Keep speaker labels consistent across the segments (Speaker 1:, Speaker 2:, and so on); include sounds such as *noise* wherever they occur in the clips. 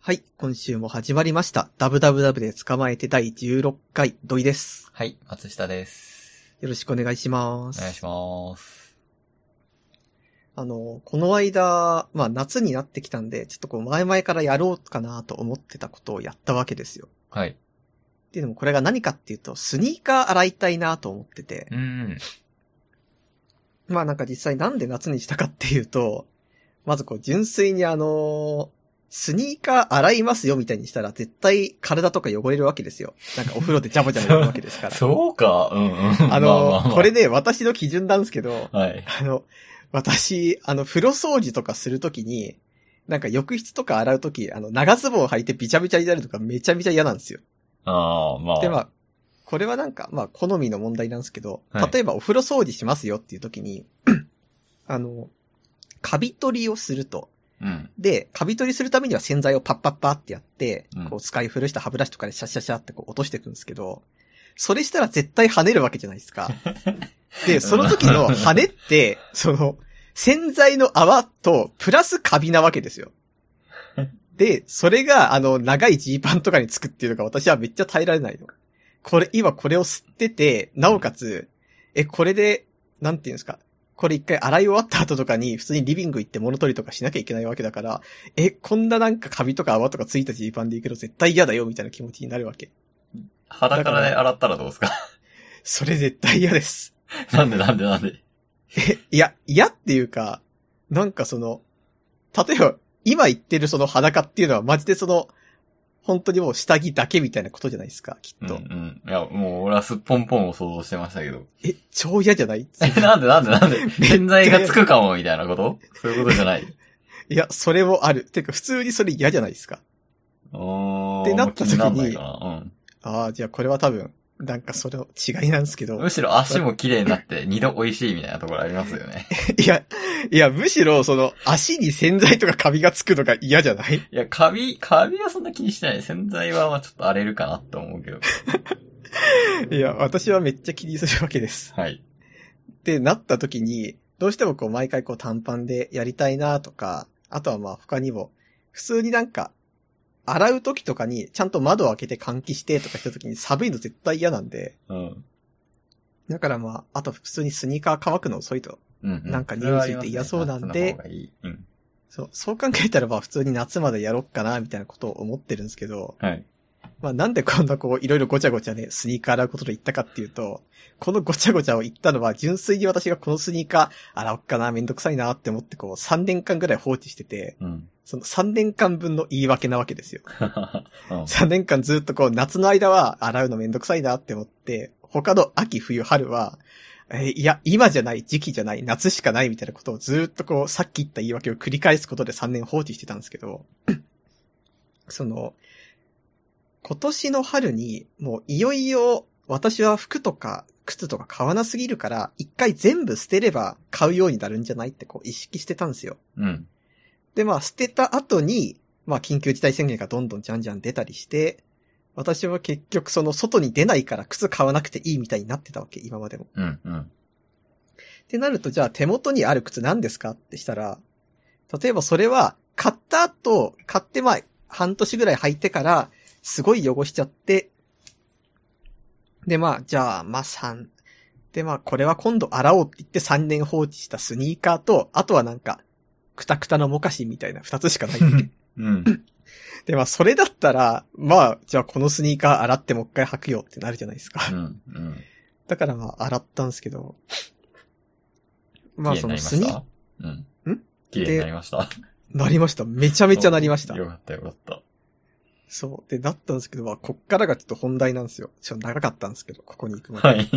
Speaker 1: はい、今週も始まりました。www で捕まえて第16回、土井です。
Speaker 2: はい、松下です。
Speaker 1: よろしくお願いします。
Speaker 2: お願いします。
Speaker 1: あの、この間、まあ夏になってきたんで、ちょっとこう前々からやろうかなと思ってたことをやったわけですよ。
Speaker 2: はい。
Speaker 1: っていうのもこれが何かっていうと、スニーカー洗いたいなと思ってて
Speaker 2: う、ん。
Speaker 1: まあなんか実際なんで夏にしたかっていうと、まずこう純粋にあの、スニーカー洗いますよみたいにしたら絶対体とか汚れるわけですよ。なんかお風呂でジャボジャボやるわけですから。
Speaker 2: そうか。うんうん。 *laughs*
Speaker 1: あの、
Speaker 2: ままあまあ
Speaker 1: これ。ね、私の基準なんですけ
Speaker 2: *laughs*
Speaker 1: ど、
Speaker 2: はい。
Speaker 1: あの、私、あの、風呂掃除とかするときに、なんか浴室とか洗うとき、あの、長ズボンを履いてびちゃびちゃになるとかめちゃめちゃ嫌なんですよ。
Speaker 2: ああ、まあ。
Speaker 1: で、まあ、これはなんか、まあ、好みの問題なんですけど、
Speaker 2: はい
Speaker 1: 例えばお風呂掃除しますよっていうときに、 *clears throat* あの、カビ取りをすると。
Speaker 2: うん。
Speaker 1: で、カビ取りするためには洗剤をパッパッパってやって、
Speaker 2: うん
Speaker 1: こう使い古した歯ブラシとかでシャッシャッシャッってこう落としていくんですけど、それしたら絶対跳ねるわけじゃないですか。で、その時の跳ねって、その、洗剤の泡と、プラスカビなわけですよ。で、それが、あの、長いジーパンとかにつくっていうのが私はめっちゃ耐えられないの。これ、今これを吸ってて、なおかつ、え、これで、なんていうんですか。これ一回洗い終わった後とかに普通にリビング行って物取りとかしなきゃいけないわけだから、え、こんななんかカビとか泡とかついたジーパンでいいけど絶対嫌だよみたいな気持ちになるわけ。
Speaker 2: 裸で洗ったらどうですか *laughs*
Speaker 1: それ絶対嫌です。
Speaker 2: なんでなんでなんで。
Speaker 1: いや、嫌っていうか、なんかその、例えば、今言ってるその裸っていうのはマジでその、本当にもう下着だけみたいなことじゃないですか、き
Speaker 2: う
Speaker 1: っ
Speaker 2: んう
Speaker 1: と。
Speaker 2: ん。いや、もう俺はすっぽんぽんを想像してましたけど。 *laughs*
Speaker 1: え、超嫌じゃない
Speaker 2: え、なんでなんでな
Speaker 1: *laughs*
Speaker 2: んで洗剤がつくかもみたいなことそういうことじゃない。
Speaker 1: いや、それもある。てか、普通にそれ嫌じゃないですか。
Speaker 2: おー。
Speaker 1: ってなった時に
Speaker 2: もう気なんないかな
Speaker 1: ああ、じゃあこれは多分、なんかそれの違いなんですけ
Speaker 2: うん。
Speaker 1: ど
Speaker 2: む。しろ足も綺麗になって *laughs* 二度美味しいみたいなところありますよね。
Speaker 1: いや、いや、むしろその、足に洗剤とかカビがつくのが嫌じゃない
Speaker 2: いや、カビ、カビはそんな気にしてない。洗剤はまあちょっと荒れるかなと思うけど。
Speaker 1: いや、私はめっちゃ気にするわけです。
Speaker 2: はい。
Speaker 1: ってなった時に、どうしてもこう毎回こう短パンでやりたいなとか、あとはまあ他にも、普通になんか、洗う時とかにちゃんと窓を開けて換気してとかした時に寒いの絶対嫌なんで、
Speaker 2: うん。
Speaker 1: だからまあ、あと普通にスニーカー乾くの遅いと。
Speaker 2: うん、
Speaker 1: なんか匂いついて嫌そうなんで
Speaker 2: それはありますね夏の方がいいうん。
Speaker 1: そう、そう考えたらば普通に夏までやろっかなみたいなことを思ってるんですけど、
Speaker 2: はい。
Speaker 1: まあなんでこんなこういろいろごちゃごちゃね、スニーカー洗うことで言ったかっていうと、このごちゃごちゃを言ったのは純粋に私がこのスニーカー洗おっかな、めんどくさいなって思ってこう3年間ぐらい放置してて、
Speaker 2: うん。
Speaker 1: その3年間分の言い訳なわけですよ。
Speaker 2: うん
Speaker 1: 3年間ずっとこう夏の間は洗うのめんどくさいなって思って、他の秋冬春は、えーいや、今じゃない、時期じゃない、夏しかないみたいなことをずっとこう、さっき言った言い訳を繰り返すことで3年放置してたんですけど、 *clears throat* その、今年の春に、もういよいよ私は服とか靴とか買わなすぎるから、一回全部捨てれば買うようになるんじゃないってこう意識してたんですよ。
Speaker 2: うん。
Speaker 1: で、まあ、捨てた後に、まあ、緊急事態宣言がどんどんじゃんじゃん出たりして、私は結局その外に出ないから靴買わなくていいみたいになってたわけ、今までも。
Speaker 2: うん。うん。
Speaker 1: ってなると、じゃあ手元にある靴何ですかってしたら、例えばそれは、買った後、買ってまあ、半年ぐらい履いてから、すごい汚しちゃって、でまあ、じゃあ、まあ3、でまあ、これは今度洗おうって言って3年放置したスニーカーと、あとはなんか、くたくたのモカシンみたいな2つしかないわけ。
Speaker 2: うん。
Speaker 1: で、まあ、それだったら、まあ、じゃあこのスニーカー洗ってもう一回履くよってなるじゃないですか。
Speaker 2: うん。うん。
Speaker 1: だからまあ、洗ったんですけど。まあ、
Speaker 2: 綺麗
Speaker 1: そ
Speaker 2: に
Speaker 1: のスニ
Speaker 2: なりましたうん。
Speaker 1: ん
Speaker 2: 綺麗になりました。
Speaker 1: なりました。めちゃめちゃなりました
Speaker 2: お。よかったよかった。
Speaker 1: そう。で、なったんですけど、まあ、こっからがちょっと本題なんですよ。ちょっと長かったんですけど、ここに行くまで。
Speaker 2: はい。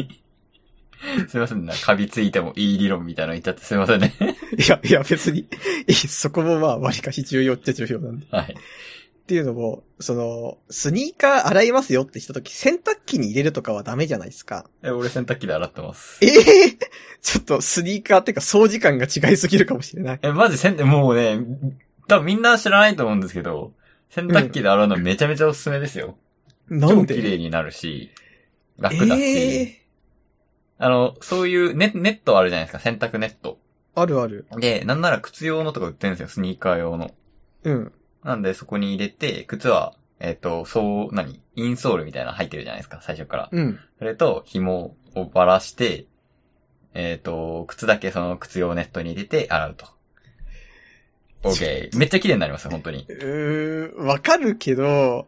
Speaker 2: すいませんな。カビついてもいい理論みたいなの言っちゃってすいませんね。
Speaker 1: いや、いや、別に、いいそこもまあ、割かし重要っちゃ重要なんで。
Speaker 2: はい。
Speaker 1: っていうのも、その、スニーカー洗いますよってした時、洗濯機に入れるとかはダメじゃないですか。
Speaker 2: え、俺洗濯機で洗ってます。
Speaker 1: ええ *laughs* ちょっとスニーカーっていうか、掃除感が違いすぎるかもしれない。
Speaker 2: え、マジ洗濯、もうね、多分みんな知らないと思うんですけど、洗濯機で洗うのめちゃめちゃおすすめですよ。
Speaker 1: なん
Speaker 2: 超
Speaker 1: で
Speaker 2: 綺麗になるし、楽だし、
Speaker 1: え
Speaker 2: あの、そういうネネットあるじゃないですか、洗濯ネット。
Speaker 1: ーあるある。
Speaker 2: で、なんなら靴用のとか売ってるんですよ、スニーカー用の。
Speaker 1: うん。
Speaker 2: なんでそこに入れて、靴は、えっ、と、そう、何インソールみたいなの入ってるじゃないですか、最初から。
Speaker 1: うん。
Speaker 2: それと、紐をばらして、えっ、と、靴だけその靴用ネットに入れて洗うと。OK。めっちゃ綺麗になりますよ、本当に。
Speaker 1: うーん、わかるけど、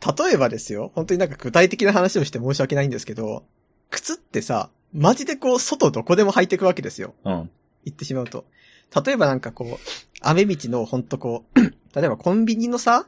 Speaker 1: 例えばですよ、本当になんか具体的な話をして申し訳ないんですけど、靴ってさ、マジでこう、外どこでも履いていくわけですよ。
Speaker 2: うん。
Speaker 1: 言ってしまうと。例えばなんかこう、雨道のほんとこう、 *clears throat* 例えばコンビニのさ、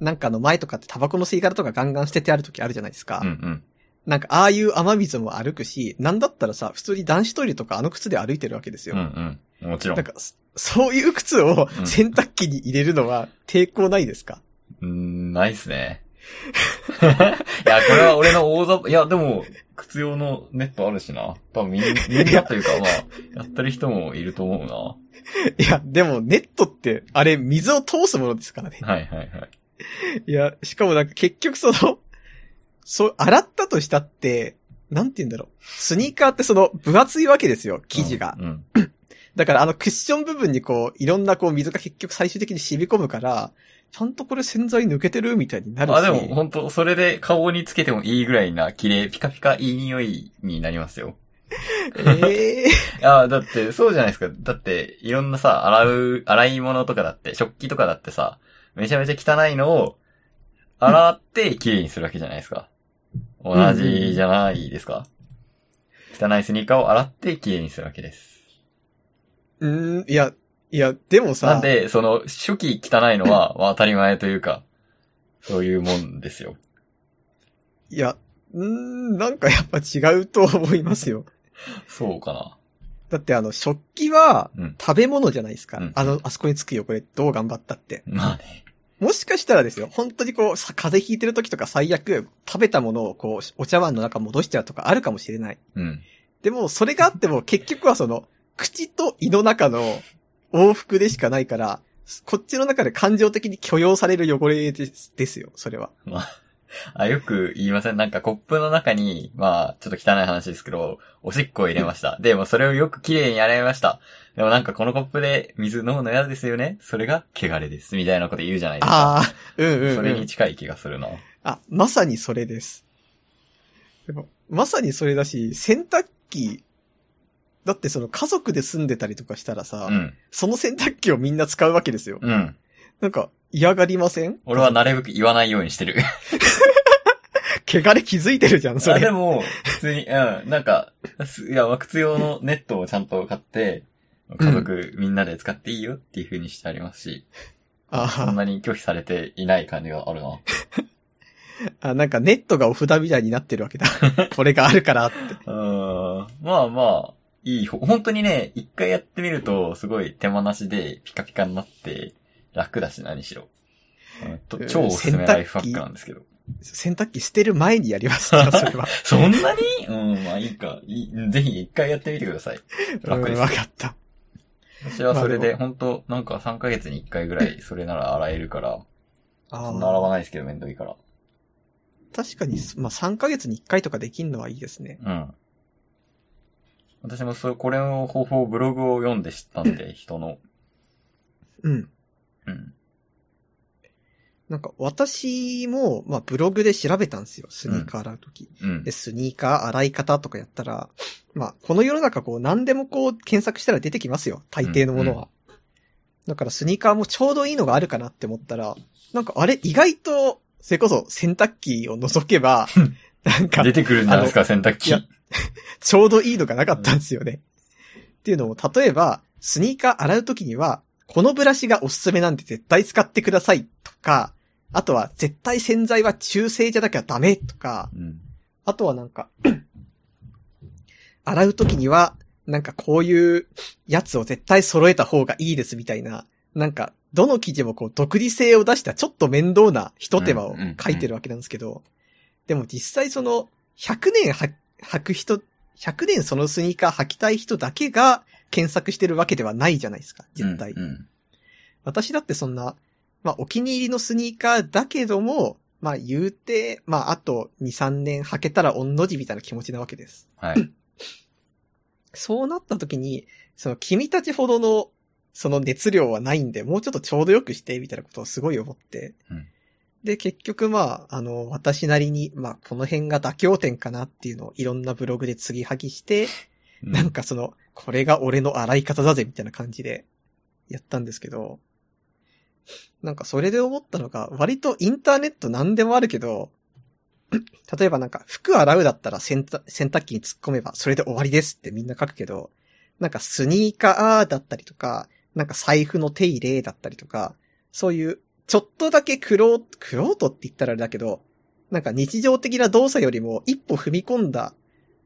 Speaker 1: なんかの前とかってタバコの吸い殻とかガンガン捨ててある時あるじゃないですか。
Speaker 2: うんうん。
Speaker 1: なんかああいう雨水も歩くし、なんだったらさ、普通に男子トイレとかあの靴で歩いてるわけですよ。
Speaker 2: うんうん。もちろん
Speaker 1: なん。か、そそういう靴を
Speaker 2: うん
Speaker 1: 洗濯機に入れるのは抵抗ないですか、
Speaker 2: うーん、ないっすね。 *laughs* いや、これは俺の大雑把、いや、でも、靴用のネットあるしな。多分みんみんなというか、まあ、やってる人もいると思う
Speaker 1: いや、でもネットって、あれ水を通すものですからね。
Speaker 2: な。はいはいはい。
Speaker 1: いや、しかもなんか結局その、そう、洗ったとしたって、なんて言うんだろう。スニーカーってその分厚いわけですよ、生地が。
Speaker 2: うん。
Speaker 1: だからあのクッション部分にこう、いろんなこう水が結局最終的に染み込むから、ちゃんとこれ洗剤抜けてるみたいになるし。
Speaker 2: あ、でも、本当それで顔につけてもいいぐらいな、綺麗、ピカピカいい匂いになりますよ。
Speaker 1: ええ
Speaker 2: いや、だって、そうじゃないですか。だって、いろんなさ、洗う、洗い物とかだって、食器とかだってさ、めちゃめちゃ汚いのを、洗って綺麗にするわけじゃないですか。同
Speaker 1: ん
Speaker 2: じじゃないですか。汚いスニーカーを洗って綺麗にするわけです。
Speaker 1: うーん、いや、いや、でもさ、
Speaker 2: なんで、その、初期汚いのは、まあ当たり前というか、そういうもんですよ。
Speaker 1: いや、うーん、なんかやっぱ違うと思いますよ。 *laughs*
Speaker 2: そうかな。
Speaker 1: だってあの、食器は
Speaker 2: うん
Speaker 1: 食べ物じゃないですか。
Speaker 2: うん
Speaker 1: あの、あそこにつくよ、これ、どう頑張ったって。
Speaker 2: まあね。
Speaker 1: もしかしたらですよ、本当にこう、さ風邪ひいてる時とか最悪、食べたものをこう、お茶碗の中戻しちゃうとかあるかもしれない。
Speaker 2: うん。
Speaker 1: でも、それがあって
Speaker 2: *laughs*
Speaker 1: も結局はその、口と胃の中の往復でしかないから、こっちの中で感情的に許容される汚れですですよ、それは。
Speaker 2: まあ、 *laughs* あ、よく言いません。なんかコップの中に、まあ、ちょっと汚い話ですけど、おしっこを入れました。で、もうそれをよく綺麗に洗いました。でもなんかこのコップで水飲むの嫌ですよね。それが汚れです。みたいなこと言うじゃないですか。
Speaker 1: ああ、うんうん、うん。
Speaker 2: それに近い気がするな。
Speaker 1: あ、まさにそれです。でもまさにそれだし、洗濯機、だってその家族で住んでたりとかしたらさ、
Speaker 2: うん。
Speaker 1: その洗濯機をみんな使うわけですよ。
Speaker 2: うん。
Speaker 1: なんか嫌がりません
Speaker 2: 俺はなるべく言わないようにしてる。
Speaker 1: 汚れ気づいてるじゃん、そ
Speaker 2: あで
Speaker 1: れ。
Speaker 2: も、 *laughs* 普通に、うん、なんか、すいや、まあ靴用のネットをちゃんと買って、家族みんなで使っていいよっていう風にしてありますし、そん
Speaker 1: あ
Speaker 2: なに拒否されていない感じがあるな。
Speaker 1: あ、なんかネットがお札みたいになってるわけ
Speaker 2: *laughs*
Speaker 1: だ。これがあるからって。
Speaker 2: うーんまあまあ、いい方。本当にね、一回やってみると、すごい手間なしでピカピカになって、楽だし、何しろ。うんと
Speaker 1: えー
Speaker 2: 超おすすめ
Speaker 1: 洗濯機
Speaker 2: ライフハックなんですけど。
Speaker 1: 洗濯機捨てる前にやります
Speaker 2: *laughs*
Speaker 1: から、それは。
Speaker 2: そんなにうん、まあいいか。いいぜひ一回やってみてください。楽
Speaker 1: う
Speaker 2: で
Speaker 1: ん、
Speaker 2: す
Speaker 1: わかった。
Speaker 2: 私はそれ
Speaker 1: まあで
Speaker 2: で、本当なんか3ヶ月に1回ぐらい、それなら洗えるから、
Speaker 1: あ
Speaker 2: そんな洗
Speaker 1: あ
Speaker 2: わないですけど、めんどいから。
Speaker 1: 確かに、まあ、3ヶ月に1回とかできるのはいいですね。
Speaker 2: うん。私もそう、これの方法をブログを読んで知ったんで、人の。
Speaker 1: うん。
Speaker 2: うん。
Speaker 1: なんか私も、まあ、ブログで調べたんですよ。スニーカー洗うとき。
Speaker 2: うん
Speaker 1: で、。スニーカー洗い方とかやったら、まあ、この世の中こう、何でもこう、検索したら出てきますよ。大抵のものは。だからスニーカーもちょうどいいのがあるかなって思ったら、なんかあれ、意外と、それこそ洗濯機を除け *laughs* ば、なんか
Speaker 2: 出、てくるんじゃないですか、洗濯
Speaker 1: い
Speaker 2: 機
Speaker 1: や。 *laughs* ちょうどいいのがなかったんですよね。っていうのも、例えば、スニーカー洗うときには、このブラシがおすすめなんで絶対使ってくださいとか、あとは絶対洗剤は中性じゃなきゃダメとか、
Speaker 2: うん。
Speaker 1: あとはなんか、 *clears throat* 洗うときには、なんかこういうやつを絶対揃えた方がいいですみたいな、なんか、どの記事もこう、独自性を出したちょっと面倒な一手間を書いてるわけなんですけど、でも実際その、100年は履く人、100年そのスニーカー履きたい人だけが検索してるわけではないじゃないですか、実態。
Speaker 2: うんうん
Speaker 1: 私だってそんな、まあ、お気に入りのスニーカーだけども、まあ、言うて、まあ、あと2、3年履けたらおんのじみたいな気持ちなわけ *laughs* です。
Speaker 2: はい。
Speaker 1: そうなった時に、その君たちほどのその熱量はないんで、もうちょっとちょうどよくして、みたいなことをすごい思って。
Speaker 2: うん
Speaker 1: で、結局まあ、あの、私なりに、まあ、この辺が妥協点かなっていうのをいろんなブログで継ぎはぎして、
Speaker 2: うん
Speaker 1: なんかその、これが俺の洗い方だぜ、みたいな感じでやったんですけど、なんかそれで思ったのが、割とインターネット何でもあるけど、 *clears throat* 例えばなんか、服洗うだったら洗濯洗濯機に突っ込めばそれで終わりですってみんな書くけど、なんかスニーカーだったりとか、なんか財布の手入れだったりとか、そういう、ちょっとだけ苦労、苦労とって言ったらあれだけど、なんか日常的な動作よりも一歩踏み込んだ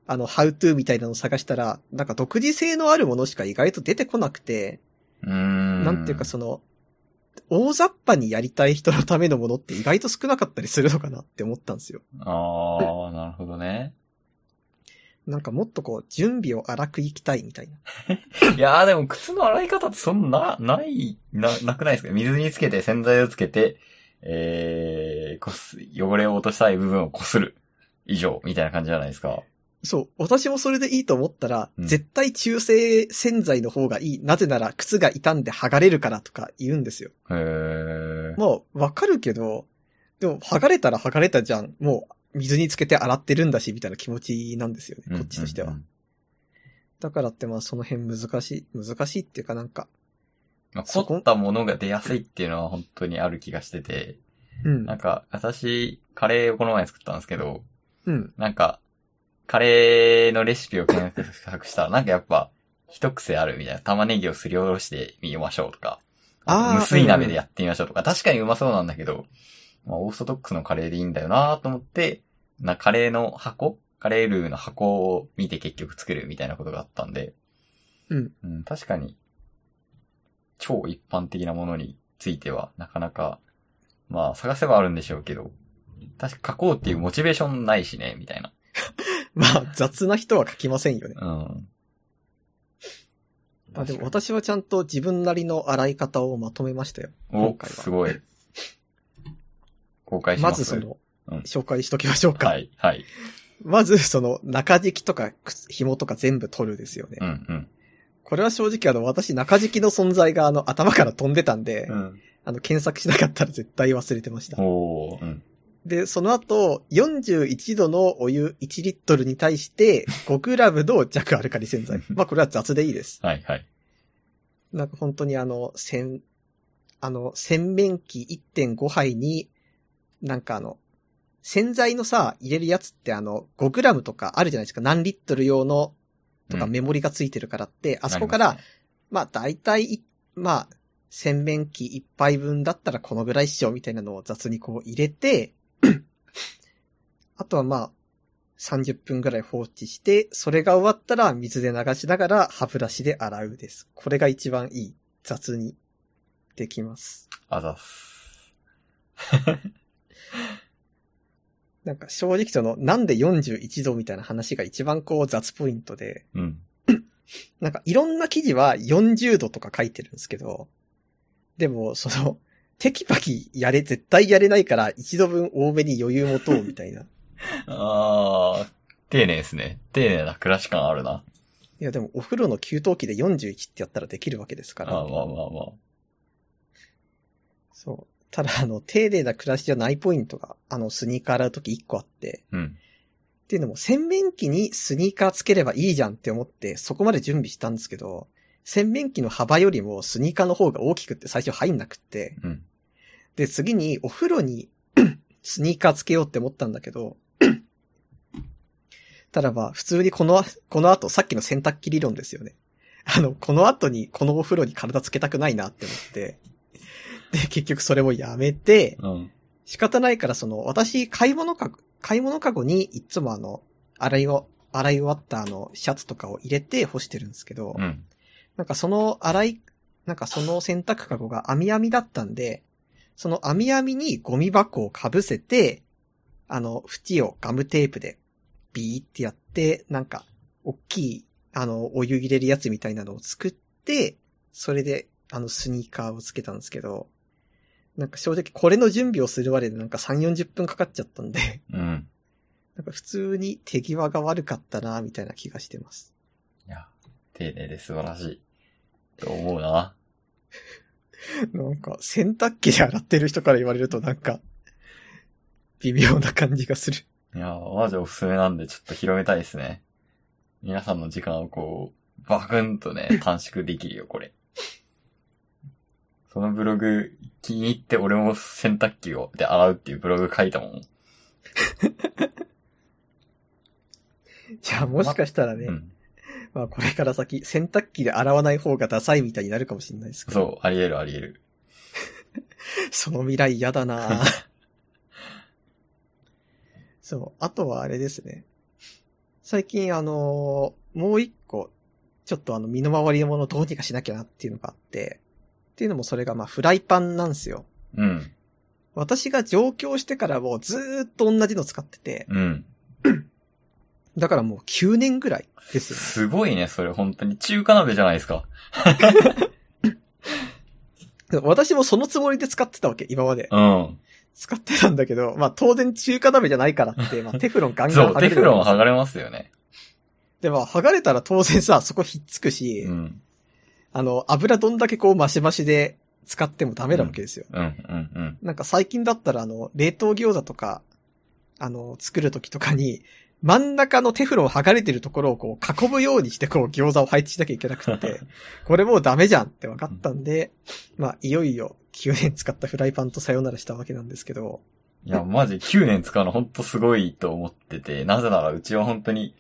Speaker 1: あの、ハウトゥーみたいなのを探したら、なんか独自性のあるものしか意外と出てこなくて、
Speaker 2: うーん。
Speaker 1: なんていうかその、大雑把にやりたい人のためのものって意外と少なかったりするのかなって思ったんですよ。
Speaker 2: ああ、なるほどね。
Speaker 1: なんかもっとこう、準備を荒くいきたいみたいな。
Speaker 2: いやーでも靴の洗い方ってそんな、ない、な、なくないですか水につけて洗剤をつけて、えー、こす、汚れを落としたい部分をこする。以上、みたいな感じじゃないですか。
Speaker 1: そう、私もそれでいいと思ったら、
Speaker 2: うん
Speaker 1: 絶対中性洗剤の方がいい。なぜなら靴が傷んで剥がれるからとか言うんですよ。
Speaker 2: へー。
Speaker 1: まあ、わかるけど、でも剥がれたら剥がれたじゃん。もう、水につけて洗ってるんだし、みたいな気持ちなんですよね。こっちとしては
Speaker 2: うんうんう。ん
Speaker 1: だからってまあその辺難しい、難しいっていうかなんか、
Speaker 2: まあ、
Speaker 1: そこ
Speaker 2: 凝ったものが出やすいっていうのは本当にある気がしてて、
Speaker 1: うん
Speaker 2: なんか、私、カレーをこの前作ったんですけど、
Speaker 1: うん。
Speaker 2: なんか、カレーのレシピを検索したら、なんかやっぱ、一癖あるみたいな。玉ねぎをすりおろしてみましょうとか。
Speaker 1: あー
Speaker 2: 無水鍋でやってみましょうとか。確かにうまそうなんだけど、まあ、オーソドックスのカレーでいいんだよなと思って、な、カレーの箱カレールーの箱を見て結局作るみたいなことがあったんで。
Speaker 1: うん。
Speaker 2: うん、確かに、超一般的なものについては、なかなか、まあ、探せばあるんでしょうけど、確か書こうっていうモチベーションないしね、みたいな。
Speaker 1: まあ雑な人は書きませんよね。
Speaker 2: うん。
Speaker 1: まあでも
Speaker 2: 確
Speaker 1: 私はちゃんと自分なりの洗い方をまとめましたよ。
Speaker 2: か
Speaker 1: 今
Speaker 2: に、お、
Speaker 1: 回は
Speaker 2: すごい。公開し
Speaker 1: ま
Speaker 2: ま
Speaker 1: ず
Speaker 2: す。
Speaker 1: その、
Speaker 2: うん
Speaker 1: 紹介しときましょうか。
Speaker 2: はい、はい。
Speaker 1: まずその中敷きとか靴紐とか全部取るですよね。
Speaker 2: うん、うん。
Speaker 1: これは正直あの私中敷きの存在があの頭から飛んでたんで、
Speaker 2: うん、
Speaker 1: あの検索しなかったら絶対忘れてました。
Speaker 2: おー、うん。
Speaker 1: で、その後、41度のお湯1リットルに対して、5グラムの弱アルカリ洗
Speaker 2: *laughs*
Speaker 1: 剤。まあこれは雑でいいです。
Speaker 2: はい、はい。
Speaker 1: なんか本当にあの、洗、あの、洗面器1.5杯に、なんかあの、洗剤のさ、入れるやつってあの、5グラムとかあるじゃないですか。何リットル用のとか
Speaker 2: うん
Speaker 1: メモリがついてるからって、あそこから、
Speaker 2: なり
Speaker 1: まあ大体い、まあ、洗面器一杯分だったらこのぐらいっしょみたいなのを雑にこう入れて、あとはまあ、30分ぐらい放置して、それが終わったら水で流しながら歯ブラシで洗うです。これが一番いい。雑にできます。
Speaker 2: ますねあざっす。
Speaker 1: なんか正直その、なんで41度みたいな話が一番こう雑ポイントで、
Speaker 2: うん。
Speaker 1: なんかいろんな記事は40度とか書いてるんですけど、でも、その、 *laughs* テキパキやれ、絶対やれないから一度分多めに余裕持とうみた
Speaker 2: *laughs*
Speaker 1: いな。い
Speaker 2: あー、丁寧ですね。丁寧な暮らし感あるな。
Speaker 1: や、でもお風呂の給湯器で41ってやったらできるわけですか
Speaker 2: あーま
Speaker 1: ら
Speaker 2: あ。まあまあ。
Speaker 1: そう。ただ、あの、丁寧な暮らしじゃないポイントが、あの、スニーカー洗うとき1個あって、
Speaker 2: うん。
Speaker 1: っていうのも洗面器にスニーカーつければいいじゃんって思って、そこまで準備したんですけど、洗面器の幅よりもスニーカーの方が大きくって最初入んなくって、
Speaker 2: うん。
Speaker 1: で、次にお風呂に *clears throat* スニーカーつけようって思ったんだけど、 *clears throat* ただまあ、普通にこの、この後、さっきの洗濯機理論ですよね。あの、この後にこのお風呂に体つけたくないなって思って、で、結局それをやめて、
Speaker 2: うん。
Speaker 1: 仕方ないからその、私、買い物かご、買い物かごにいつもあの、洗いを、洗い終わったあの、シャツとかを入れて干してるんですけど、
Speaker 2: うん。
Speaker 1: なんかその洗い、なんかその洗濯かごが網網だったんで、その網網にゴミ箱をかぶせて、あの、縁をガムテープでビーってやって、なんか、大きい、あの、お湯入れるやつみたいなのを作って、それで、あの、スニーカーをつけたんですけど、なんか正直これの準備をするまででなんか3、40分かかっちゃったんで、
Speaker 2: うん。
Speaker 1: なんか普通に手際が悪かったな、みたいな気がしてます。
Speaker 2: いや、丁寧で素晴らしい。と思うな。
Speaker 1: なんか、洗濯機で洗ってる人から言われるとなんか、微妙な感じがする。
Speaker 2: いやー、マジおすすめなんでちょっと広めたいですね。皆さんの時間をこう、バクン
Speaker 1: *laughs*
Speaker 2: とね、短縮できるよ、これ。そのブログ、気に入って俺も洗濯機をで洗うっていうブログ書いたもん。
Speaker 1: *laughs* いや、もしかしたらね、
Speaker 2: うん。
Speaker 1: まあこれから先、洗濯機で洗わない方がダサいみたいになるかもしれないですけど、
Speaker 2: そう、あり得るあり得る。
Speaker 1: その未来嫌だな *laughs* そう、あとはあれですね。最近あのーもう一個、ちょっとあの、身の回りのものをどうにかしなきゃなっていうのがあって、っていうのもそれがまあフライパンなんですよ。
Speaker 2: うん、
Speaker 1: 私が上京してからもうずーっと同じの使ってて、
Speaker 2: うん。
Speaker 1: だからもう9年ぐらいですよ。
Speaker 2: すごいね、それ、本当に。中華鍋じゃないですか。
Speaker 1: 私もそのつもりで使ってたわけ、今まで。
Speaker 2: うん。
Speaker 1: 使ってたんだけど、まあ当然中華鍋じゃないから
Speaker 2: *laughs*
Speaker 1: って、まあテフロンガンガ
Speaker 2: そ
Speaker 1: ン
Speaker 2: う、
Speaker 1: 剥が
Speaker 2: テ
Speaker 1: れ
Speaker 2: フ
Speaker 1: る
Speaker 2: ロン
Speaker 1: わけ
Speaker 2: 剥がれますよね。
Speaker 1: で、まあ剥がれたら当然さ、そこひっつくし、
Speaker 2: うん、
Speaker 1: あの、油どんだけこうマシマシで使ってもダメなわけですよ。
Speaker 2: うん、うん、うん。
Speaker 1: なんか最近だったらあの、冷凍餃子とか、あの、作る時とかに、真ん中のテフロン剥がれてるところをこう囲むようにしてこう餃子を配置しなきゃいけなく
Speaker 2: *laughs*
Speaker 1: って、これもうダメじゃんって分かったんで、まあいよいよ9年使ったフライパンとさよならしたわけなんですけど、
Speaker 2: いや、マジ9年使うの本当すごいと思ってて、なぜならうちは本当に、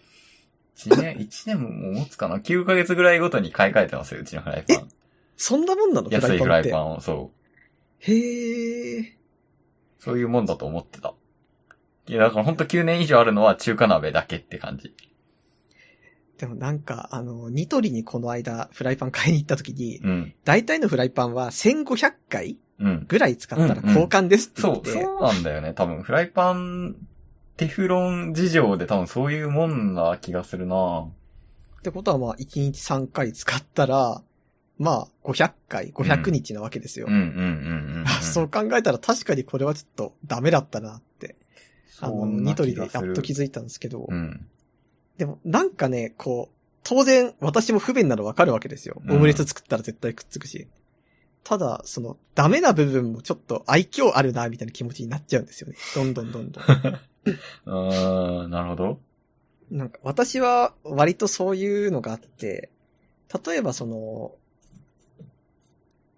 Speaker 2: 1年、1年 *laughs* も持つかな ?9 ヶ月ぐらいごとに買い替えてますよ、うちのフライパン。
Speaker 1: そんなもんなのフラ
Speaker 2: 安い
Speaker 1: イ
Speaker 2: フ
Speaker 1: パン
Speaker 2: ラ
Speaker 1: っ
Speaker 2: イ
Speaker 1: て
Speaker 2: パ。ンを、そう。
Speaker 1: へえ。
Speaker 2: そういうもんだと思ってた。いや、だから本当9年以上あるのは中華鍋だけって感じ。
Speaker 1: でもなんか、あの、ニトリにこの間フライパン買いに行った時に、
Speaker 2: うん、
Speaker 1: 大体のフライパンは1500回
Speaker 2: うん。
Speaker 1: ぐらい使ったら交換ですって言
Speaker 2: そ
Speaker 1: っ
Speaker 2: う、
Speaker 1: て、
Speaker 2: そうなんだよね。多分、フライパン、テフロン事情で多分そういうもんな気がするな
Speaker 1: ってことはまあ、1日3回使ったら、まあ、500回、500日なわけですよ。
Speaker 2: うんうんうんうん、うん。
Speaker 1: あ *laughs* そう考えたら確かにこれはちょっとダメだったなって、あ
Speaker 2: そ
Speaker 1: の、
Speaker 2: んな
Speaker 1: ニトリ
Speaker 2: 気
Speaker 1: でや
Speaker 2: が
Speaker 1: っ
Speaker 2: する
Speaker 1: と気づいたんですけど、
Speaker 2: うん。
Speaker 1: でもなんかね、こう、当然私も不便なのわかるわけですよ。
Speaker 2: うん
Speaker 1: オムレツ作ったら絶対くっつくし。ただ、その、ダメな部分もちょっと愛嬌あるな、みたいな気持ちになっちゃうんですよね。どんどんどんどん。
Speaker 2: あー、なるほど。
Speaker 1: なんか私は割とそういうのがあって、例えばその、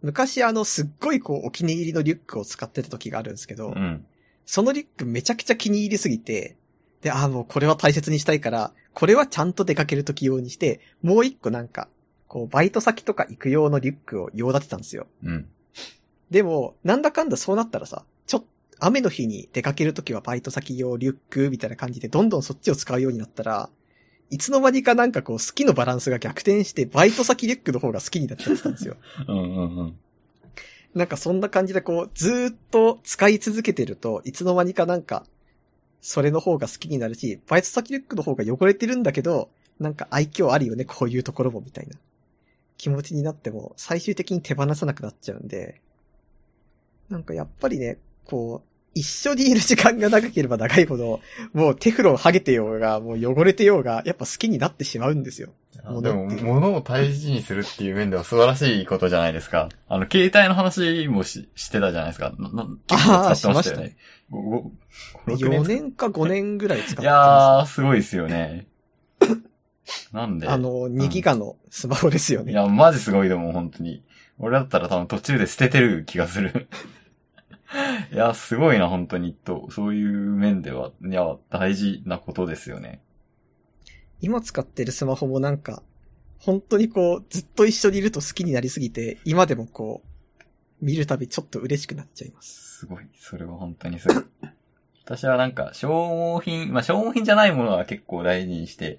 Speaker 1: 昔あのすっごいこうお気に入りのリュックを使ってた時があるんですけど、
Speaker 2: うん。
Speaker 1: そのリュックめちゃくちゃ気に入りすぎて、で、ああもうこれは大切にしたいから、これはちゃんと出かける時用にして、もう一個なんか、こうバイト先とか行く用のリュックを用立てたんですよ。
Speaker 2: うん。
Speaker 1: でも、なんだかんだそうなったらさ、ちょっと、雨の日に出かけるときはバイト先用リュックみたいな感じでどんどんそっちを使うようになったら、いつの間にかなんかこう好きのバランスが逆転してバイト先リュックの方が好きになっちゃってたんですよ。
Speaker 2: うんうんうん。
Speaker 1: なんかそんな感じでこうずーっと使い続けてるといつの間にかなんかそれの方が好きになるし、バイト先リュックの方が汚れてるんだけど、なんか愛嬌あるよねこういうところもみたいな気持ちになっても最終的に手放さなくなっちゃうんで、なんかやっぱりね、こう一緒にいる時間が長ければ長いほど、もうテフロン剥げてようが、もう汚れてようが、やっぱ好きになってしまうんですよ。
Speaker 2: あでも、物を大事にするっていう面では素晴らしいことじゃないですか。あの、携帯の話もししてたじゃないですか。なな結構使ってましたよね。ごごご
Speaker 1: 4
Speaker 2: 6使っ
Speaker 1: 年か5年ぐらい使って
Speaker 2: い
Speaker 1: ます。
Speaker 2: やー、すごいですよね。なんで。
Speaker 1: あの、2ギガのスマホですよ
Speaker 2: い
Speaker 1: ね。
Speaker 2: や、マジすごいでも、本当に。俺だったら多分途中で捨ててる気がする。いや、すごいな、本当に。と、そういう面では、いや、大事なことですよね。
Speaker 1: 今使ってるスマホもなんか、本当にこう、ずっと一緒にいると好きになりすぎて、今でもこう、見るたびちょっと嬉しくなっちゃいます。
Speaker 2: すごい。それは本当にすごい。 *coughs* 私はなんか、消耗品、まあ、消耗品じゃないものは結構大事にして、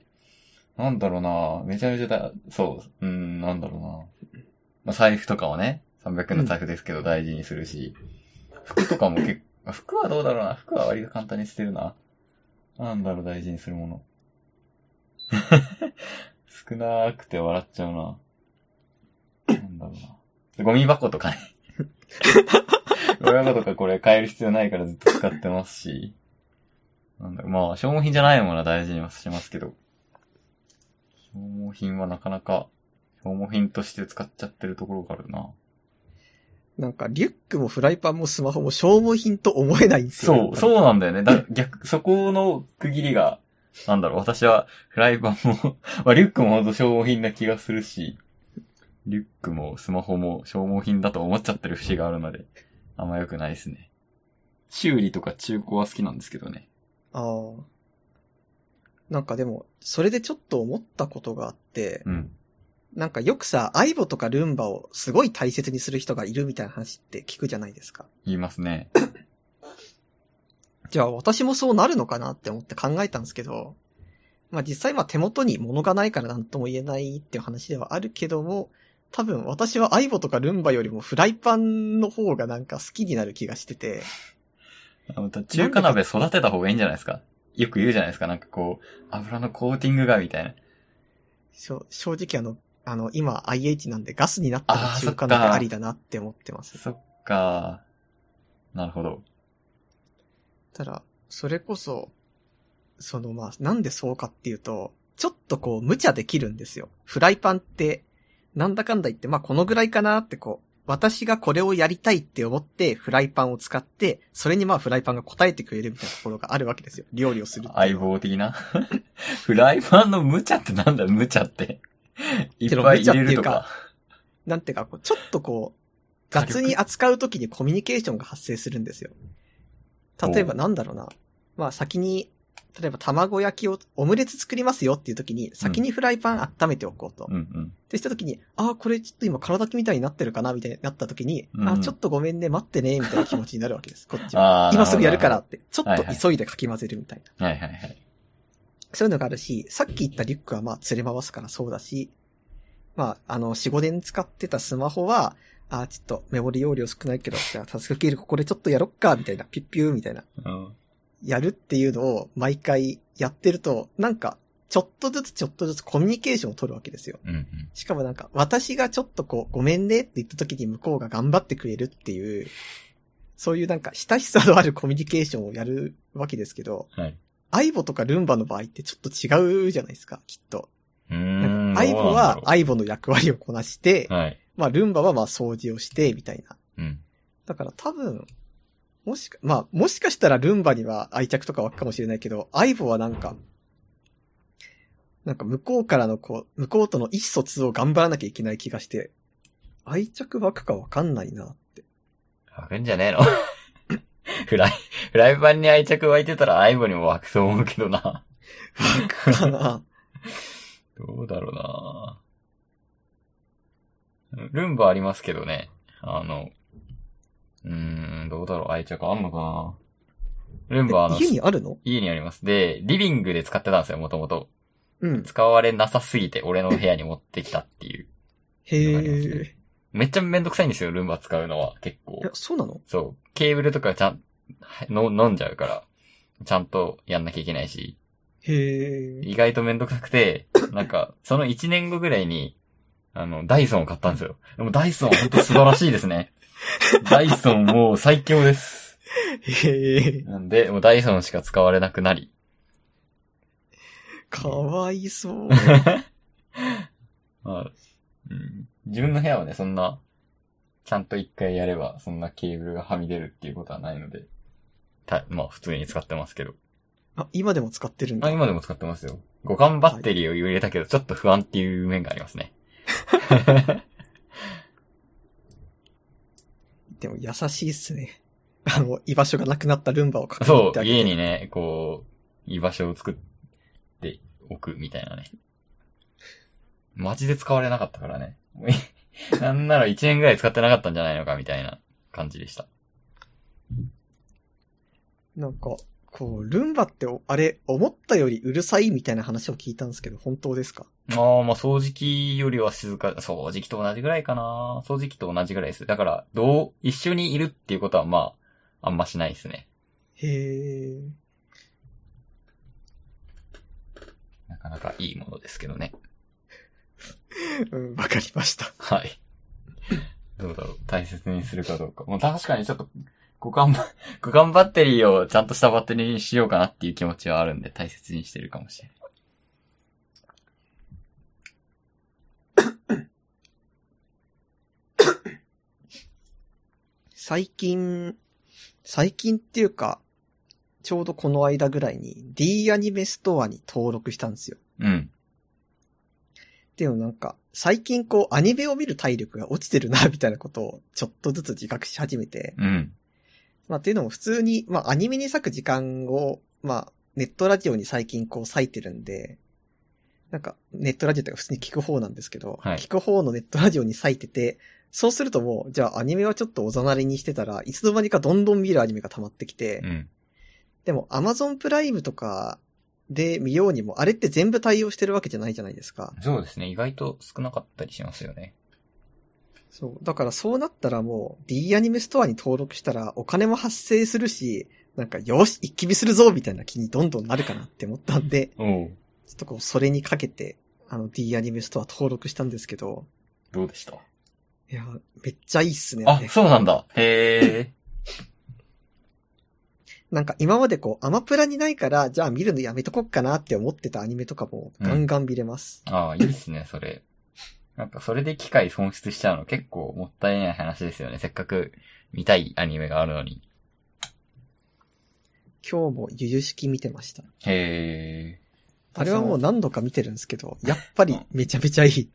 Speaker 2: なんだろうなめちゃめちゃだ、そう、うん、なんだろうなまあ、財布とかはね、300円の財布ですけど大事にするし、服とかも結構、服はどうだろうな服は割と簡単に捨てるな。なんだろう、大事にするもの。 *laughs* 少なくて笑っちゃうな。なんだろうな。ゴミ箱とかね。ゴミ箱とかこれ買える必要ないからずっと使ってますし。なんだろう、まあ、消耗品じゃないものは大事にはしますけど。消耗品はなかなか、消耗品として使っちゃってるところがあるな。
Speaker 1: なんか、リュックもフライパンもスマホも消耗品と思えないんですよ。
Speaker 2: そう、そうなんだよね。だ、逆、そこの区切りが、なんだろう、私はフライパンも、 *laughs* まあ、リュックもほんと消耗品な気がするし、リュックもスマホも消耗品だと思っちゃってる節があるので、あんま良くないですね。修理とか中古は好きなんですけどね。
Speaker 1: ああ。なんかでも、それでちょっと思ったことがあって、
Speaker 2: うん。
Speaker 1: なんかよくさ、アイボとかルンバをすごい大切にする人がいるみたいな話って聞くじゃないですか。
Speaker 2: 言いますね。
Speaker 1: じゃあ私もそうなるのかなって思って考えたんですけど、まあ実際まあ手元に物がないから何とも言えないっていう話ではあるけども、多分私はアイボとかルンバよりもフライパンの方がなんか好きになる気がしてて、
Speaker 2: あまた中華鍋育てた方がいいんじゃないですかよく言うじゃないですか。なんかこう、油のコーティングがみたいな。
Speaker 1: しょ正直あの、あの、今 IH なんでガスになったら
Speaker 2: あー
Speaker 1: 中華鍋
Speaker 2: そっか
Speaker 1: ありだなって思ってます。
Speaker 2: そっか。なるほど。
Speaker 1: たら、それこそ、そのまあ、なんでそうかっていうと、ちょっとこう、無茶できるんですよ。フライパンって、なんだかんだ言って、まあこのぐらいかなってこう、私がこれをやりたいって思って、フライパンを使って、それにまあフライパンが答えてくれるみたいなところがあるわけですよ。料理をするっていうのは
Speaker 2: 相棒的なフライパンの無茶ってなんだ無茶って。いっぱい入れるとか。
Speaker 1: なんていうか、こうちょっとこう、雑に扱うときにコミュニケーションが発生するんですよ。例えば
Speaker 2: お
Speaker 1: なんだろうな。まあ先に、例えば卵焼きを、オムレツ作りますよっていうときに、先にフライパン温めておこうと。
Speaker 2: うんうん。
Speaker 1: ってしたときに、ああ、これちょっと今体みたいになってるかなみたいになったときに、
Speaker 2: うん
Speaker 1: あーちょっとごめんね、待ってね、みたいな気持ちになるわけです。こっちは。
Speaker 2: あー
Speaker 1: 今すぐやるか。ら
Speaker 2: な
Speaker 1: って、ちょっと急いでかき混ぜるみたいな。
Speaker 2: ほどはいはいはい。
Speaker 1: そういうのがあるし、さっき言ったリュックはまあ連れ回すからそうだし、まあ、あの、4、5年使ってたスマホは、あーちょっとメモリ容量少ないけど、じゃあタスクキルここでちょっとやろっか、みたいな、ピュッピューみたいな、
Speaker 2: うん。
Speaker 1: やるっていうのを毎回やってると、なんか、ちょっとずつちょっとずつコミュニケーションを取るわけですよ。
Speaker 2: うんうん。
Speaker 1: しかもなんか、私がちょっとこう、ごめんねって言った時に向こうが頑張ってくれるっていう、そういうなんか、親しさのあるコ *laughs* ミュニケーションをやるわけですけど、
Speaker 2: はい。
Speaker 1: アイボとかルンバの場合ってちょっと違うじゃないですか、きっと。
Speaker 2: う
Speaker 1: なん
Speaker 2: ーん。
Speaker 1: かアイボは
Speaker 2: どうなんだろ
Speaker 1: アイボの役割をこなして、
Speaker 2: うはい。
Speaker 1: まあルンバはまあ掃除をして、みたいな。
Speaker 2: うん。
Speaker 1: だから多分、もしか、まあもしかしたらルンバには愛着とか湧くかもしれないけど、アイボはなんか、なんか向こうからのこう、向こうとの意思疎通を頑張らなきゃいけない気がして、愛着湧くかわかんないなって。
Speaker 2: 湧くんじゃねえの *laughs* フライ、フライパンに愛着湧いてたらアイボにも湧くと思うけどな。
Speaker 1: 湧くかな
Speaker 2: どうだろうなルンバありますけどね。あの、うーん、どうだろう愛着あんのかなルンバあの、
Speaker 1: *laughs* 家にあるの
Speaker 2: 家にあります。で、リビングで使ってたんですよ、もともと。
Speaker 1: うん。
Speaker 2: 使われなさすぎて、俺の部屋に持ってきたっていう。
Speaker 1: へ
Speaker 2: わかりますね
Speaker 1: え。
Speaker 2: めっちゃめんどくさいんですよ、ルンバ使うのは、結構
Speaker 1: いや、。そうなの
Speaker 2: そう。ケーブルとかちゃん、の、飲んじゃうから、ちゃんとやんなきゃいけないし、
Speaker 1: へえ。
Speaker 2: 意外とめんどくさくて、なんか、その1年後ぐらいに、あの、ダイソンを買ったんですよ。でもダイソンほんと素晴らしいですね。ダイソンもう最強です。
Speaker 1: へえ。
Speaker 2: なんで、もうダイソンしか使われなくなり。
Speaker 1: かわい
Speaker 2: *laughs*
Speaker 1: そう。
Speaker 2: まあ、うん、自分の部屋はね、そんな、ちゃんと一回やれば、そんなケーブルがはみ出るっていうことはないので、た、まあ普通に使ってますけど。
Speaker 1: あ、今でも使ってるんだ。
Speaker 2: あ、今でも使ってますよ。互換バッテリーを入れたけど、ちょっと不安っていう面がありますね。
Speaker 1: でも優しいっすね。あの、居場所がなくなったルンバを確認
Speaker 2: そ
Speaker 1: って
Speaker 2: う、
Speaker 1: あげ
Speaker 2: 家
Speaker 1: て。
Speaker 2: にね、こう、居場所を作っておくみたいなね。マジで使われなかったからね。 *laughs* なんなら1年ぐらい使ってなかったんじゃないのかみたいな感じでした。
Speaker 1: なんか、こう、ルンバってお、あれ、思ったよりうるさいみたいな話を聞いたんですけど、本当ですか
Speaker 2: ああ、まあ掃除機よりは静か、掃除機と同じぐらいかな。掃除機と同じぐらいです。だから、どう、一緒にいるっていうことはまあ、あんましないですね。
Speaker 1: へえ。
Speaker 2: なかなかいいものですけどね。
Speaker 1: うん、わかりました。
Speaker 2: はい。 *laughs* どうだろう。大切にするかどうか。もう確かにちょっと、互換 *laughs* バ、互換バッテリーをちゃんとしたバッテリーにしようかなっていう気持ちはあるんで、大切にしてるかもしれない。
Speaker 1: 最近、最近っていうか、ちょうどこの間ぐらいに D アニメストアに登録したんですよ。
Speaker 2: うん。
Speaker 1: でもなんか、最近こうアニメを見る体力が落ちてるな、みたいなことをちょっとずつ自覚し始めて、
Speaker 2: うん。
Speaker 1: まあっていうのも普通に、まあアニメに割く時間を、まあネットラジオに最近こう割いてるんで、なんかネットラジオっていうか普通に聞く方なんですけど、
Speaker 2: はい
Speaker 1: 聞く方のネットラジオに割いてて、そうするともう、じゃあアニメはちょっとおざなりにしてたらいつの間にかどんどん見るアニメが溜まってきて、
Speaker 2: うん。
Speaker 1: でも Amazon プライムとかで見ようにも、あれって全部対応してるわけじゃないじゃないですか。
Speaker 2: そうですね。意外と少なかったりしますよね。
Speaker 1: そう。だからそうなったらもう D アニメストアに登録したらお金も発生するし、なんかよし、一気見するぞみたいな気にどんどんなるかなって思ったんで、ちょ
Speaker 2: おう
Speaker 1: っとこうそれにかけて、あの D アニメストア登録したんですけど、
Speaker 2: どうでした
Speaker 1: いや、めっちゃいいっすね。
Speaker 2: あ、そうなんだ。へえ。
Speaker 1: なんか今までこうアマプラにないから、じゃあ見るのやめとこっかなって思ってたアニメとかもガンガン見れます。
Speaker 2: *laughs* ああ、いいですね、それ。なんかそれで機会損失しちゃうの結構もったいない話ですよね。せっかく見たいアニメがあるのに。
Speaker 1: 今日もゆゆ式見てました。
Speaker 2: へえ。
Speaker 1: あれはもう何度か見てるんですけど、やっぱりめちゃめちゃいい。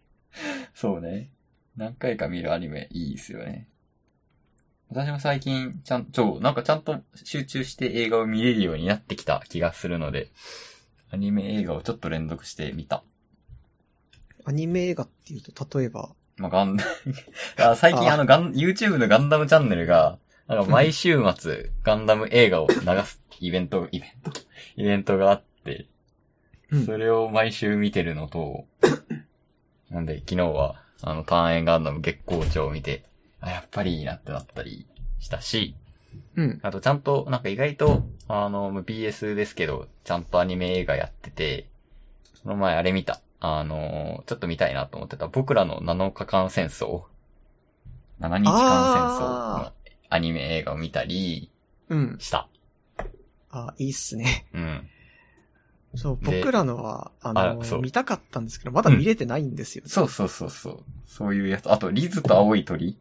Speaker 2: そうね。何回か見るアニメいいですよね。私も最近、ちゃん、ちょ、なんかちゃんと集中して映画を見れるようになってきた気がするので、アニメ映画をちょっと連続して見た。
Speaker 1: アニメ映画っていうと、例えば、
Speaker 2: まあ、ガン、 *laughs* あ最近
Speaker 1: あ
Speaker 2: あのガン、YouTube のガンダムチャンネルが、なんか毎週末、ガンダム映画を流すイベント、イベント、イベントがあって、
Speaker 1: うん
Speaker 2: それを毎週見てるの *laughs* と、なんで昨日は、あの、ターンエンガンダム月光町を見て、あ、やっぱりいいなってなったりしたし、
Speaker 1: うん。
Speaker 2: あとちゃんと、なんか意外と、あの、BS ですけど、ちゃんとアニメ映画やってて、この前あれ見た。あの、ちょっと見たいなと思ってた。僕らの7日間戦争。7日間戦争の
Speaker 1: あ
Speaker 2: アニメ映画を見たり
Speaker 1: うん。
Speaker 2: した。
Speaker 1: あ、いいっすね。 *laughs*
Speaker 2: うん。
Speaker 1: そう、
Speaker 2: で
Speaker 1: 僕らのは、あ
Speaker 2: あ
Speaker 1: の
Speaker 2: そう
Speaker 1: 見たかったんですけど、まだ見れてないんですよ。
Speaker 2: そうそうそうそう。そういうやつ。あと、リズと青い鳥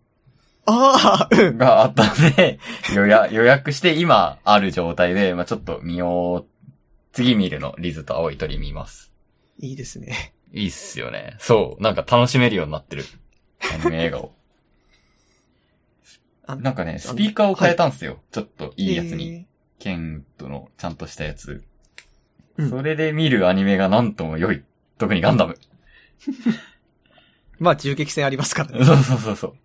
Speaker 1: ああ、うん。
Speaker 2: *laughs* があったんで、予約、予約して今ある状態で、まあちょっと見よう。次見るの、リズと青い鳥見ます。
Speaker 1: いいですね。
Speaker 2: いいっすよね。そう。なんか楽しめるようになってる。アニメ映画を。
Speaker 1: あ
Speaker 2: *laughs* なんかね、
Speaker 1: あの
Speaker 2: スピーカーを変えたんですよ。ちょっといいやつに。
Speaker 1: え
Speaker 2: ケンウッドのちゃんとしたやつ。
Speaker 1: うん
Speaker 2: それで見るアニメがなんとも良い。特にガンダム。
Speaker 1: ーまあ、銃撃戦ありますから
Speaker 2: そう
Speaker 1: ね。
Speaker 2: そうそうそう。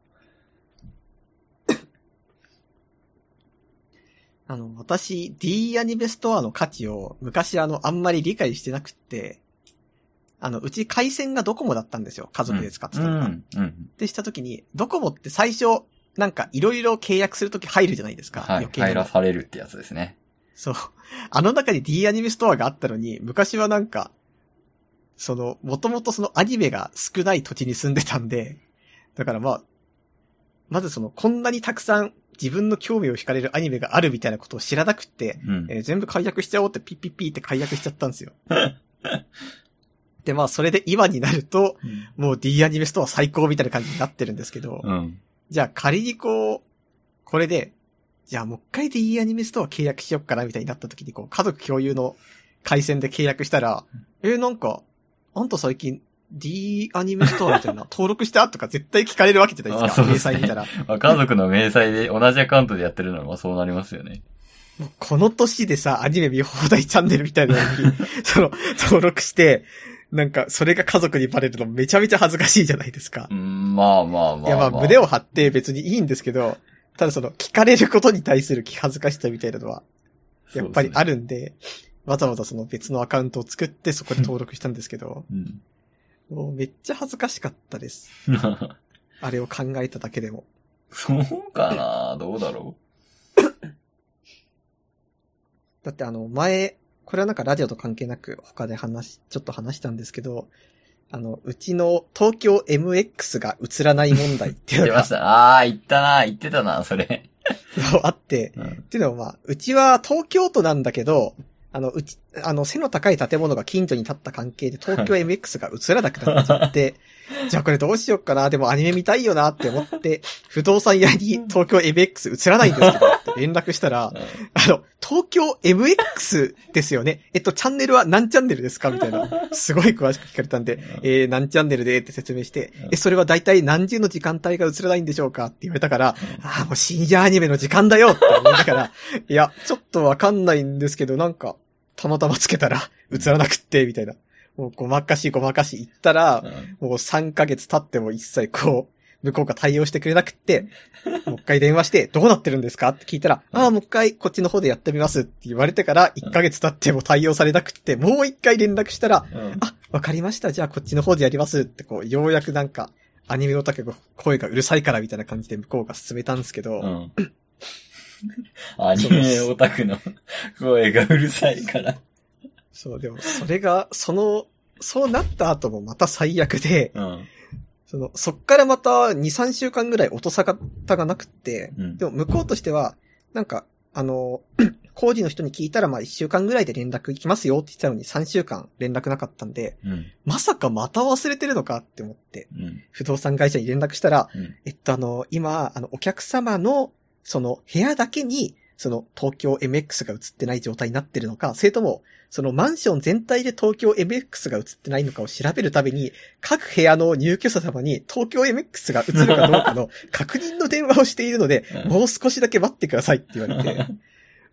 Speaker 1: あの、私、D アニメストアの価値を昔、あの、あんまり理解してなくって、あの、うち回線がドコモだったんですよ。家族で使ってた
Speaker 2: う
Speaker 1: のが。
Speaker 2: ん。うん。
Speaker 1: ってした時に、ドコモって最初、なんかいろいろ契約するとき入るじゃないですか。
Speaker 2: はい。
Speaker 1: 余計な
Speaker 2: 入らされるってやつですね。
Speaker 1: そう。 *laughs* あの中に D アニメストアがあったのに、昔はなんか、その、もともとそのアニメが少ない土地に住んでたんで、だからまあ、まずその、こんなにたくさん自分の興味を惹かれるアニメがあるみたいなことを知らなくって、
Speaker 2: うん。
Speaker 1: えー全部解約しちゃおうってピッピッピーって解約しちゃったんですよ。でまあ、それで今になると、もう D アニメストア最高みたいな感じになってるんですけど、
Speaker 2: うん。
Speaker 1: じゃあ仮にこう、これで、じゃあもう一回でいいアニメストア契約しよっかなみたいになった時にこう、家族共有の回線で契約したら、えー、なんか、あんた最近 D アニメストアみたいな登録したとか絶対聞かれるわけじゃないですか、
Speaker 2: あそうで
Speaker 1: 明
Speaker 2: すね
Speaker 1: 細見たら。
Speaker 2: まあ、家族の明細で同じアカウントでやってるのはそうなりますよね。
Speaker 1: もうこの年でさ、アニメ見放題チャンネルみ
Speaker 2: *laughs*
Speaker 1: たいなのに、その、登録して、なんか、それが家族にバレるのめちゃめちゃ恥ずかしいじゃないですか
Speaker 2: う。ん、まあまあまあ、
Speaker 1: いやまあ胸を張って別にいいんですけど、ただその聞かれることに対する気恥ずかしさみたいなのは、やっぱりあ
Speaker 2: る。
Speaker 1: るんで、わざわざその別のアカウントを作ってそこに登録したんですけ
Speaker 2: *laughs*
Speaker 1: ど、
Speaker 2: うん。
Speaker 1: もうめっちゃ恥ずかしかったです。あれを考えただけでも。
Speaker 2: そうかなどうだろ。
Speaker 1: だってあの前、これはなんかラジオと関係なく他で話、ちょっと話したんですけど、あの、うちの東京 MX が映らない問題 *laughs* っていうう
Speaker 2: 出
Speaker 1: の
Speaker 2: ま
Speaker 1: が
Speaker 2: した。ああー、言ったな言ってたなそれ。
Speaker 1: *laughs* そうあって、
Speaker 2: うん。
Speaker 1: っていうのはまあ、うちは東京都なんだけど、あの、うち、あの、背の高い建物が近所に建った関係で東京 MX が映らなくなっちゃって、じゃあこれどうしようかな、でもアニメ見たいよなって思って、不動産屋に東京 MX 映らないんですけどって連絡したら、あの、東京 MX ですよね。えっと、チャンネルは何チャンネルですかみたいな。すごい詳しく聞かれたんで、えー、何チャンネルでって説明して
Speaker 2: うん、
Speaker 1: え、それは大体何時の時間帯が映らないんでしょうかって言われたから、ああ、もう深夜アニメの時間だよって思いながら、 *laughs* いや、ちょっとわかんないんですけど、なんか、たまたまつけたら映らなくって、みたいな。もうごまかしごまかし言ったら、もう3ヶ月経っても一切こう、向こうが対応してくれなく
Speaker 2: *laughs*
Speaker 1: って、もう一回電話して、どうなってるんですかって聞いたら、
Speaker 2: うん
Speaker 1: ああ、もう一回こっちの方でやってみますって言われてから、1ヶ月経っても対応されなくって、もう一回連絡したら、
Speaker 2: うん
Speaker 1: あ、わかりました。じゃあこっちの方でやりますって、こう、ようやくなんか、アニメオタクが声がうるさいからみたいな感じで向こうが進めたんですけど、
Speaker 2: うん。アニメオタクの *laughs* 声がうるさいから。
Speaker 1: そう、でもそれが、その、そうなった後もまた最悪で、
Speaker 2: うん。
Speaker 1: その、そっからまた2、3週間ぐらい音沙汰がなくって、
Speaker 2: うん
Speaker 1: で。も向こうとしては、なんか、あの、 *clears throat* 工事の人に聞いたらまあ1週間ぐらいで連絡行きますよって言ってたのに3週間連絡なかったんで、
Speaker 2: うん。
Speaker 1: まさかまた忘れてるのかって思って、
Speaker 2: うん。
Speaker 1: 不動産会社に連絡したら、
Speaker 2: うん
Speaker 1: えっとあの、今、あの、お客様の、その、部屋だけに、その、東京 MX が映ってない状態になってるのか、それとも、そのマンション全体で東京 MX が映ってないのかを調べるために、各部屋の入居者様に東京 MX が映るかどうかの確認の電話をしているので、
Speaker 2: *laughs* うん
Speaker 1: もう少しだけ待ってくださいって言われ
Speaker 2: *laughs*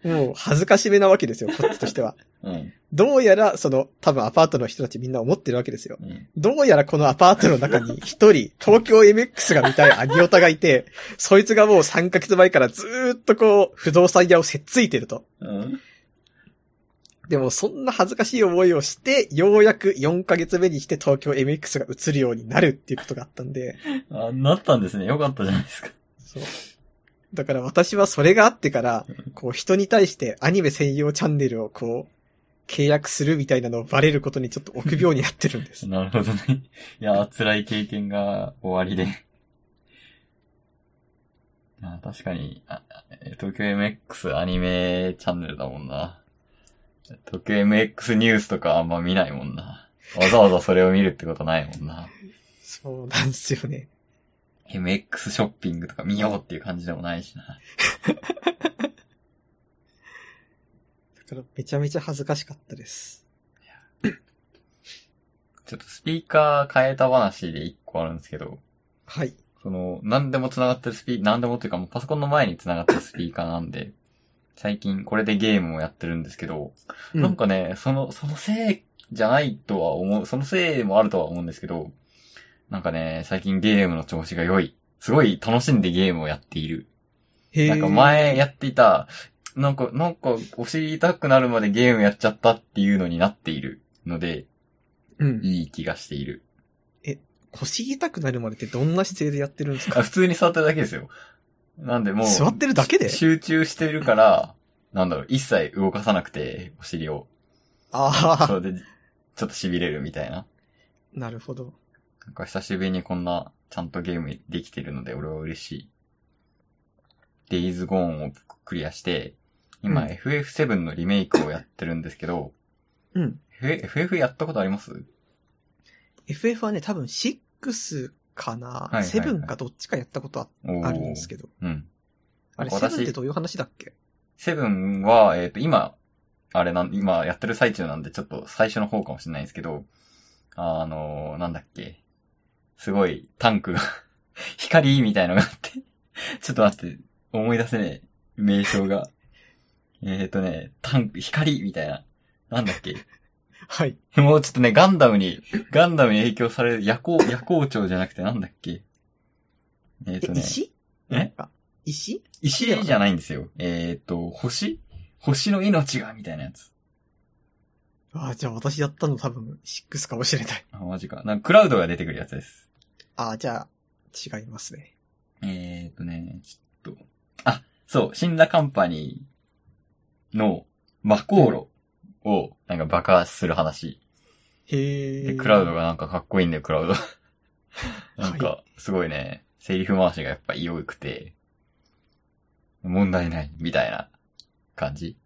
Speaker 1: て、もう恥ずかしめなわけですよ、こっちとしては。
Speaker 2: うん。
Speaker 1: どうやら、その、多分アパートの人たちみんな思ってるわけですよ。
Speaker 2: うん。
Speaker 1: どうやらこのアパートの中に一人、東京 MX が見たいアニオタがいて、そいつがもう3ヶ月前からずーっとこう、不動産屋をせっついてると。
Speaker 2: うん。
Speaker 1: でもそんな恥ずかしい思いをして、ようやく4ヶ月目にして東京 MX が映るようになるっていうことがあったんで、
Speaker 2: あ、なったんですね。よかったじゃないですか。
Speaker 1: そう。だから私はそれがあってから、こう人に対してアニメ専用チャンネルをこう、契約するみたいなのをバレることにちょっと臆病になってるんです。
Speaker 2: なるほどね。 *laughs* いや、辛い経験が終わりで。 *laughs* あ確かにあ、東京 MX アニメチャンネルだもんな。東京 MX ニュースとかあんま見ないもんな。わざわざそれを見るってことないもんな。
Speaker 1: そうなんですよね。
Speaker 2: MX ショッピングとか見ようっていう感じでもないしな。
Speaker 1: だからめちゃめちゃ恥ずかしかったです。
Speaker 2: ちょっとスピーカー変えた話で一個あるんですけど、
Speaker 1: はい。
Speaker 2: その、何でも繋がってるスピー、何でもっていうかもうパソコンの前に繋がってるスピーカーなんで、最近これでゲームをやってるんですけど、
Speaker 1: うん
Speaker 2: なんかね、その、そのせいじゃないとは思う、そのせいもあるとは思うんですけど、なんかね、最近ゲームの調子が良い。すごい楽しんでゲームをやっている。
Speaker 1: へー
Speaker 2: なんか前やっていた、なんか、なんか、お尻痛くなるまでゲームやっちゃったっていうのになっているので、
Speaker 1: うん。
Speaker 2: いい気がしている。
Speaker 1: 腰痛くなるまでってどんな姿勢でやってるんです
Speaker 2: あ
Speaker 1: か
Speaker 2: 普通に座ってるだけですよ。なんでもう、
Speaker 1: 座ってるだけで
Speaker 2: 集中してるから、なんだろう、一切動かさなくて、お尻を。
Speaker 1: ああ、
Speaker 2: それで、ちょっと痺れるみたいな。
Speaker 1: なるほど。
Speaker 2: なんか久しぶりにこんな、ちゃんとゲームできてるので、俺は嬉しい。デイズゴーンをクリアして、今、
Speaker 1: うん
Speaker 2: FF7 のリメイクをやってるんですけど、
Speaker 1: うん。
Speaker 2: F- FF やったことあります
Speaker 1: FF はね、多分6かな、
Speaker 2: いはいはい
Speaker 1: 7かどっちかやったことあ
Speaker 2: おー
Speaker 1: あるんですけど。
Speaker 2: うん。
Speaker 1: あれ、
Speaker 2: なんか私
Speaker 1: 7ってどういう話だっけ
Speaker 2: セブンは、えっ、と、今、あれなん、今やってる最中なんで、ちょっと最初の方かもしれないんですけど、あのー、なんだっけ。すごい、タンクが、 *laughs* 光みたいのがあって、 *laughs* ちょっと待って、思い出せねえ、名称が。えっとね、タンク、光みたいな。なんだっけ。 *laughs*
Speaker 1: はい。
Speaker 2: もうちょっとね、ガンダムに、ガンダムに影響される夜行、夜行鳥じゃなくてなんだっけ。えっ、
Speaker 1: え
Speaker 2: と、ね、
Speaker 1: 石
Speaker 2: え
Speaker 1: あ石
Speaker 2: 石じゃないんですよ。えっ、と、星星の命が、みたいなやつ。
Speaker 1: ああ、じゃあ私やったの多分6かもしれない。
Speaker 2: あ、マジか。なんかクラウドが出てくるやつです。
Speaker 1: ああ、じゃあ、違いますね。
Speaker 2: えーとね、ちょっと。あ、そう、死んだカンパニーの魔航路をなんか爆破する話。
Speaker 1: へ
Speaker 2: で、
Speaker 1: え。
Speaker 2: クラウドがなんかかっこいいんだよ、クラウド。なん
Speaker 1: は
Speaker 2: か、すごいね、セリフ回しがやっぱ良くて、問題ない、みたいな感じ。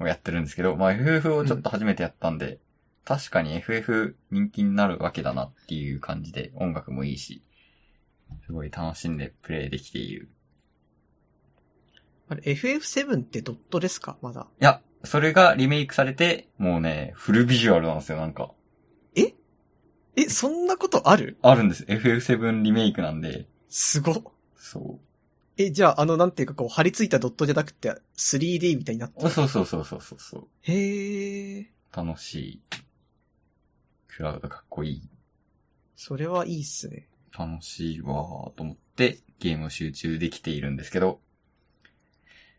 Speaker 2: をやってるんですけど、まあ FF をちょっと初めてやったんで、確かに FF 人気になるわけだなっていう感じで、音楽もいいし、すごい楽しんでプレイできている。
Speaker 1: あれ、FF7 ってドットですかまだ。
Speaker 2: いや、それがリメイクされて、もうね、フルビジュアルなんですよ、なんか。
Speaker 1: え、そんなことある
Speaker 2: あるんです。FF7 リメイクなんで、
Speaker 1: すごっ。
Speaker 2: そう。
Speaker 1: え、じゃあ、あの、なんていうか、こう、張り付いたドットじゃなくて、3D みたいになって
Speaker 2: そう
Speaker 1: る。
Speaker 2: そうそうそうそうそう。
Speaker 1: へー。
Speaker 2: 楽しい。クラウドかっこいい。
Speaker 1: それはいいっすね。
Speaker 2: 楽しいわーと思ってゲームを集中できているんですけど。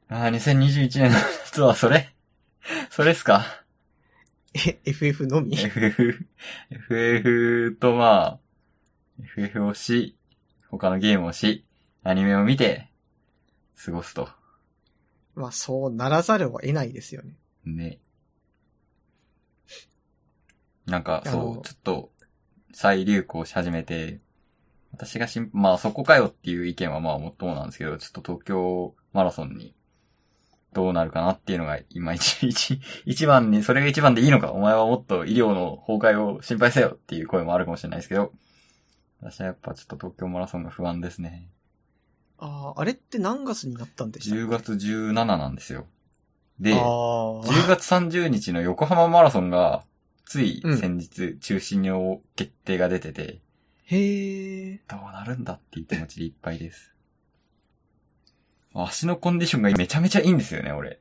Speaker 2: あー、2021年の夏はそれ *laughs* それっすか
Speaker 1: え、FF のみ
Speaker 2: ?FF、FF とまあ、FF をし、他のゲームをし、アニメを見て、過ごすと。
Speaker 1: まあ、そうならざるを得ないですよね。
Speaker 2: ね。なんか、
Speaker 1: あ
Speaker 2: そ
Speaker 1: の
Speaker 2: う、ちょっと、再流行し始めて、私がしん、まあそこかよっていう意見はまあもっともなんですけど、ちょっと東京マラソンにどうなるかなっていうのが今一、一、 *laughs* 一番に、それが一番でいいのか、お前はもっと医療の崩壊を心配せよっていう声もあるかもしれないですけど、私はやっぱちょっと東京マラソンが不安ですね。
Speaker 1: ああ、あれって何月になったんでした
Speaker 2: 10月17なんですよ。で、
Speaker 1: あー
Speaker 2: 10月30日の横浜マラソンが、つい先日中止の決定が出てて、
Speaker 1: へー。
Speaker 2: どうなるんだっていう気持ちでいっぱいです。足のコンディションがめちゃめちゃいいんですよね、俺。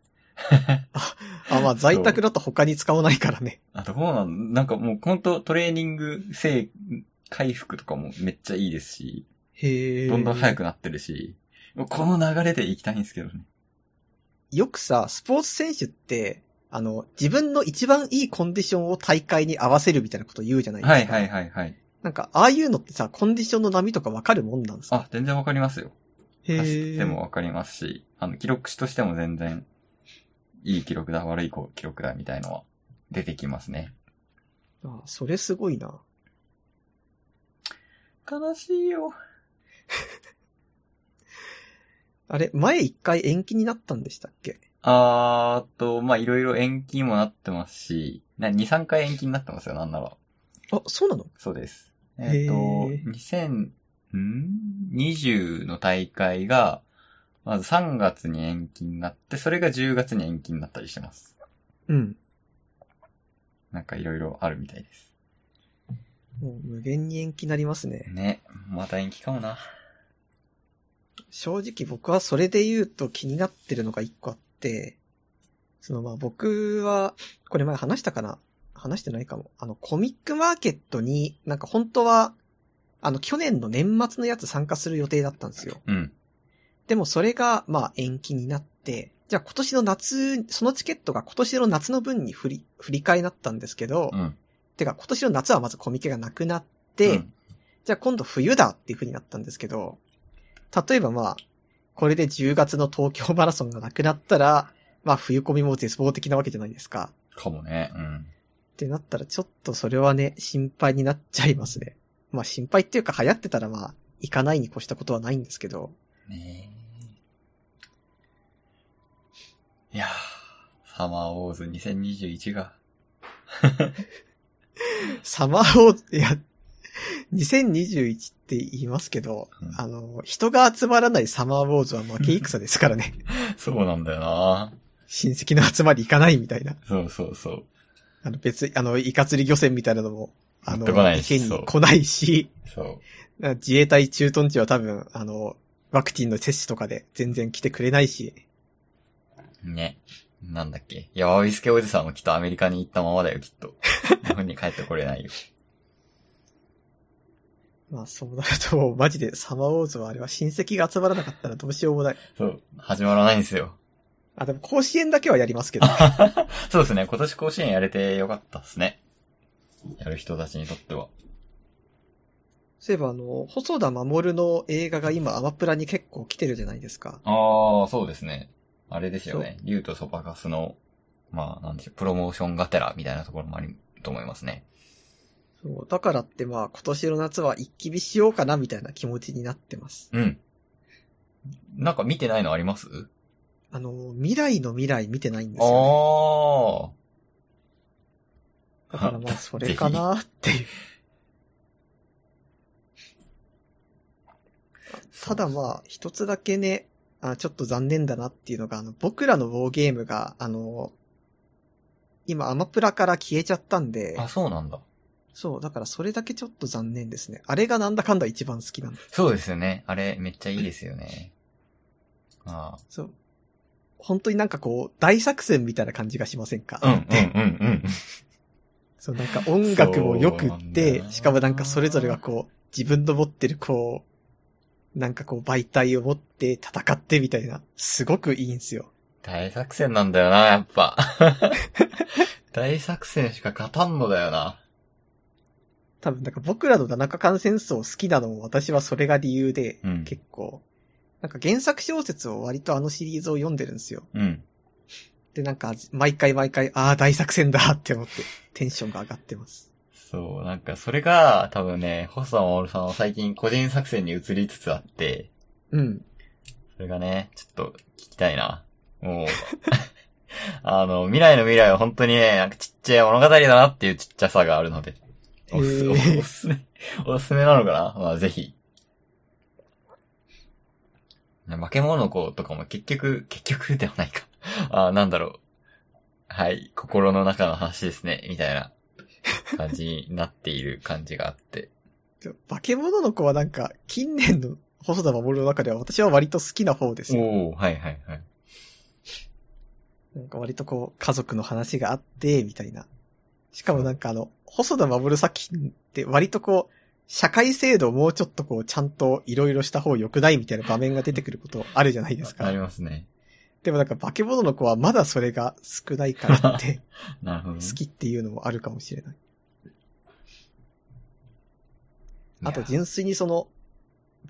Speaker 1: あ、まあ、在宅だと他に使わないからね。
Speaker 2: あ、どうなんなんかもうほんとトレーニング性回復とかもめっちゃいいですし、
Speaker 1: へー。
Speaker 2: どんどん速
Speaker 1: く。
Speaker 2: くなってるし、この流れで行きたいんですけどね。
Speaker 1: よくさ、スポーツ選手って、あの、自分の一番いいコンディションを大会に合わせるみたいなこと言うじゃないですか。
Speaker 2: はいはいはいはい。
Speaker 1: なんか、ああいうのってさ、コンディションの波とかわかるもんなんですか
Speaker 2: あ、全然わかりますよ。
Speaker 1: へ
Speaker 2: 走って
Speaker 1: ー。
Speaker 2: もわかりますし、あの、記録としても全然、いい記録だ、悪い記録だ、みたいのは出てきますね。
Speaker 1: あ、それすごいな。
Speaker 2: 悲しいよ。
Speaker 1: あれ、前一回延期になったんでしたっけ
Speaker 2: あーと、まあ、いろいろ延期もなってますし、な、2、3回延期になってますよ、なんなら。
Speaker 1: あ、そうなの
Speaker 2: そうです。
Speaker 1: へー
Speaker 2: えっ、と、2000、ん ?20 の大会が、まず3月に延期になって、それが10月に延期になったりしてます。
Speaker 1: うん。
Speaker 2: なんかいろいろあるみたいです。
Speaker 1: もう無限に延期になりますね。
Speaker 2: ね、また延期かもな。
Speaker 1: 正直僕はそれで言うと気になってるのが一個あって、そのまあ僕は、これ前話したかな話してないかも。あのコミックマーケットになんか本当は、あの去年の年末のやつ参加する予定だったんですよ。
Speaker 2: うん。
Speaker 1: でもそれがまあ延期になって、じゃあ今年の夏、そのチケットが今年の夏の分に振り、振り替えになったんですけど、
Speaker 2: うん。
Speaker 1: てか今年の夏はまずコミケがなくなって、
Speaker 2: うん
Speaker 1: じゃあ今度冬だっていう風になったんですけど、例えばまあ、これで10月の東京マラソンがなくなったら、まあ冬コミも絶望的なわけじゃないですか。
Speaker 2: かもね。うん。
Speaker 1: ってなったらちょっとそれはね、心配になっちゃいますね。まあ心配っていうか流行ってたらまあ、行かないに越したことはないんですけど、
Speaker 2: ねえ。いやー、サマーウォーズ2021が。
Speaker 1: サマーを、いや、2021って言いますけど、
Speaker 2: うん
Speaker 1: あの、人が集まらないサマーウォーズは負け戦ですから
Speaker 2: *laughs*
Speaker 1: ね。
Speaker 2: そうなんだよな
Speaker 1: 親戚の集まり行かないみたいな。
Speaker 2: そうそうそう。
Speaker 1: あの別に、あの、イカ釣り漁船みたいなのも、あ
Speaker 2: 持
Speaker 1: の、
Speaker 2: ってこないし
Speaker 1: 池に来ないし、 *laughs*
Speaker 2: そう。
Speaker 1: な自衛隊駐屯地は多分、あの、ワクチンの接種とかで全然来てくれないし、
Speaker 2: ね。なんだっけ。いや、ワビスケおじさんもきっとアメリカに行ったままだよ、きっ *laughs* と。日本に帰ってこれないよ。
Speaker 1: まあそうなると、 *laughs* マジでサマーウォーズはあれは親戚が集まらなかったらどうしようもない。
Speaker 2: そう。始まらないんですよ。
Speaker 1: あ、でも甲子園だけはやりますけど、
Speaker 2: *laughs* そうですね。今年甲子園やれてよかったっすね。やる人たちにとっては。
Speaker 1: そういえばあの、細田守の映画が今アマプラに結構来てるじゃないですか。
Speaker 2: ああ、そうですね。あれですよね。竜とそばかすの、まあ、なんでしょう、プロモーションがてらみたいなところもあると思いますね。
Speaker 1: そうだからってまあ今年の夏は一気見しようかなみたいな気持ちになってます。
Speaker 2: うん。なんか見てないのあります
Speaker 1: あの、未来の未来見てないんですよ、ね。
Speaker 2: お
Speaker 1: だからまあ、それかなっていう。
Speaker 2: ー。
Speaker 1: ただまあ、一つだけね、あちょっと残念だなっていうのが、あの、僕らのウォーゲームが、あの、今アマプラから消えちゃったんで
Speaker 2: あ、、そうなんだ。
Speaker 1: そう、だからそれだけちょっと残念ですね。あれがなんだかんだ一番好きなんで、
Speaker 2: そうですよね。あれ、めっちゃいいですよね。あ
Speaker 1: そう。本当になんかこう、大作戦みたいな感じがしませんか
Speaker 2: あ。うん、うん、うん、うん。
Speaker 1: そう、なんか音楽も良くっ
Speaker 2: そうなんだ
Speaker 1: て
Speaker 2: な、
Speaker 1: しかもなんかそれぞれがこう、自分の持ってるこう、なんかこう媒体を持って戦ってみたいな、すごくいいんすよ。
Speaker 2: 大作戦なんだよな、や
Speaker 1: *laughs*
Speaker 2: っぱ。大作戦しか勝たんのだよな。
Speaker 1: 多分なんか僕らの七日間戦争好きなのも私はそれが理由で、
Speaker 2: うん。
Speaker 1: 結構、なんか原作小説を割とあのシリーズを読んでるんですよ。
Speaker 2: うん。
Speaker 1: で、なんか毎回毎回、ああ、大作戦だって思ってテンションが上がってます。
Speaker 2: そう、なんかそれが、多分ね、ホッサンオールさんは最近個人作戦に移りつつあって、
Speaker 1: うん。
Speaker 2: それがね、ちょっと聞きたいな。もう、 *laughs* あの、未来の未来は本当にね、なんかちっちゃい物語だなっていうちっちゃさがあるので、おすす
Speaker 1: へー
Speaker 2: おすすめ、おすすめなのかなまあぜひ。ね化け物の子とかも結局、結局ではないか。あなんだろう。はい、心の中の話ですね、みたいな感じになっている感じがあ
Speaker 1: *laughs*
Speaker 2: って。
Speaker 1: で化け物の子はなんか近年の細田守の中では私は割と好きな方ですよ。
Speaker 2: おおはいはいはい。
Speaker 1: なんか割とこう、家族の話があって、みたいな。しかもなんかあの、細田守作品って割とこう、社会制度をもうちょっとこう、ちゃんといろいろした方良くないみたいな場面が出てくることあるじゃないです
Speaker 2: あ
Speaker 1: か
Speaker 2: り。ますね。
Speaker 1: でもなんか化け物の子はまだそれが少ないからって、 *laughs*
Speaker 2: なるほどね、
Speaker 1: 好きっていうのもあるかもしれない。
Speaker 2: いや
Speaker 1: あと純粋にその、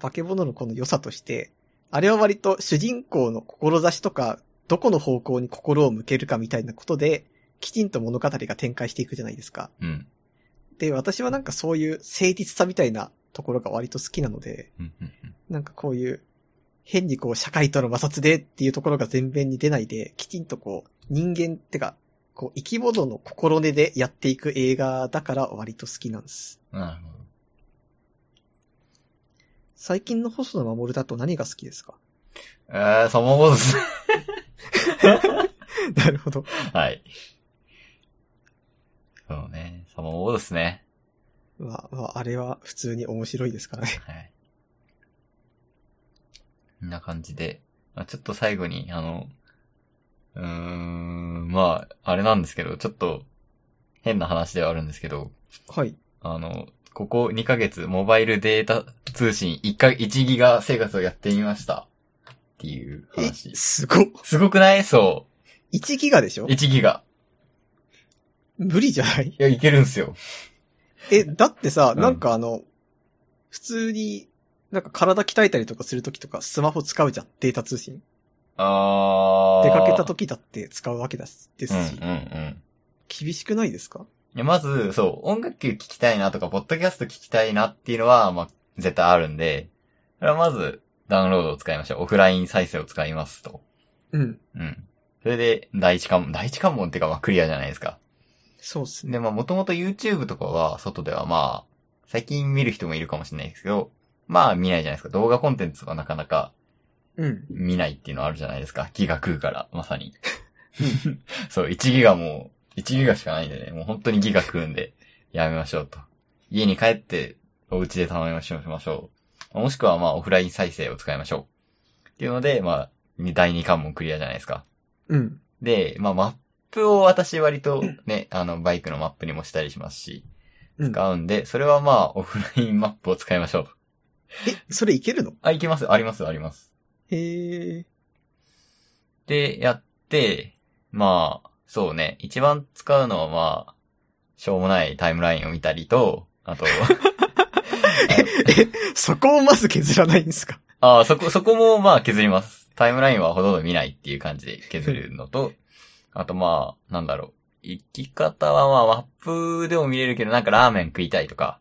Speaker 1: 化け物の子の良さとして、あれは割と主人公の志とか、どこの方向に心を向けるかみたいなことで、きちんと物語が展開していくじゃないですか。
Speaker 2: うん。
Speaker 1: で、私はなんかそういう誠実さみたいなところが割と好きなので、
Speaker 2: うんうんうん
Speaker 1: なんかこういう、変にこう社会との摩擦でっていうところが全面に出ないで、きちんとこう人間ってか、こう生き物の心根でやっていく映画だから割と好きなんです。
Speaker 2: なるほど。
Speaker 1: 最近の細野守だと何が好きですか
Speaker 2: えー、サモーボーズ。
Speaker 1: *laughs* なるほど。
Speaker 2: *laughs* はい。そうね。サモーボーズね。
Speaker 1: まあ、まあ、あれは普通に面白いですからね。
Speaker 2: はい。こんな感じで。あちょっと最後に、あの、うーん、まあ、あれなんですけど、ちょっと、変な話ではあるんですけど、
Speaker 1: はい。
Speaker 2: あの、ここ2ヶ月、モバイルデータ通信1か、1ギガ生活をやってみました。っていう
Speaker 1: え、
Speaker 2: 話。
Speaker 1: すごっ。
Speaker 2: すごくないそ
Speaker 1: 1ギガでし
Speaker 2: う。
Speaker 1: ょ
Speaker 2: 1ギガ。
Speaker 1: 無理じゃない
Speaker 2: いや、いけるんすよ。
Speaker 1: え、だってさ、
Speaker 2: うん
Speaker 1: なんかあの、普通に、なんか体鍛えたりとかするときとかスマホ使うじゃん。データ通信。
Speaker 2: あー。
Speaker 1: 出かけたときだって使うわけだしですし、
Speaker 2: うんうんうん。
Speaker 1: 厳しくないですか
Speaker 2: いやまず、そう、音楽聴きたいなとか、ポッドキャスト聞きたいなっていうのは、まあ、絶対あるんで、それはまず、ダウンロードを使いましょう。オフライン再生を使いますと。
Speaker 1: うん。
Speaker 2: うん。それで、第一関門、第一関門っていうか、まあ、クリアじゃないですか。
Speaker 1: そうっすね。
Speaker 2: で、まあ、もともと YouTube とかは、外ではまあ、最近見る人もいるかもしれないですけど、まあ、見ないじゃないですか。動画コンテンツはなかなか
Speaker 1: うん。
Speaker 2: 見ないっていうのはあるじゃないですか。ギガ食うから、まさに。 *laughs* そう、1ギガもう、1ギガしかないんでね、もう本当にギガ食うんで、やめましょうと。家に帰って、お家で頼みましょう、しましょう。もしくは、まあ、オフライン再生を使いましょう。っていうので、まあ、に第2関門クリアじゃないですか。
Speaker 1: うん。
Speaker 2: で、まあ、マップを私割とね、あの、バイクのマップにもしたりしますし、
Speaker 1: うん、
Speaker 2: 使うんで、それはまあ、オフラインマップを使いましょう。
Speaker 1: え、それいけるの
Speaker 2: あ、いけます、あります、あります。
Speaker 1: へえ。
Speaker 2: で、やって、まあ、そうね、一番使うのはまあ、しょうもないタイムラインを見たりと、あ
Speaker 1: *laughs*
Speaker 2: と、
Speaker 1: そこをまず削らないんですか
Speaker 2: ああ、そこ、そこもまあ削ります。タイムラインはほとんど見ないっていう感じで削るのと、あとまあ、なんだろう。生き方はまあ、マップでも見れるけど、なんかラーメン食いたいとか、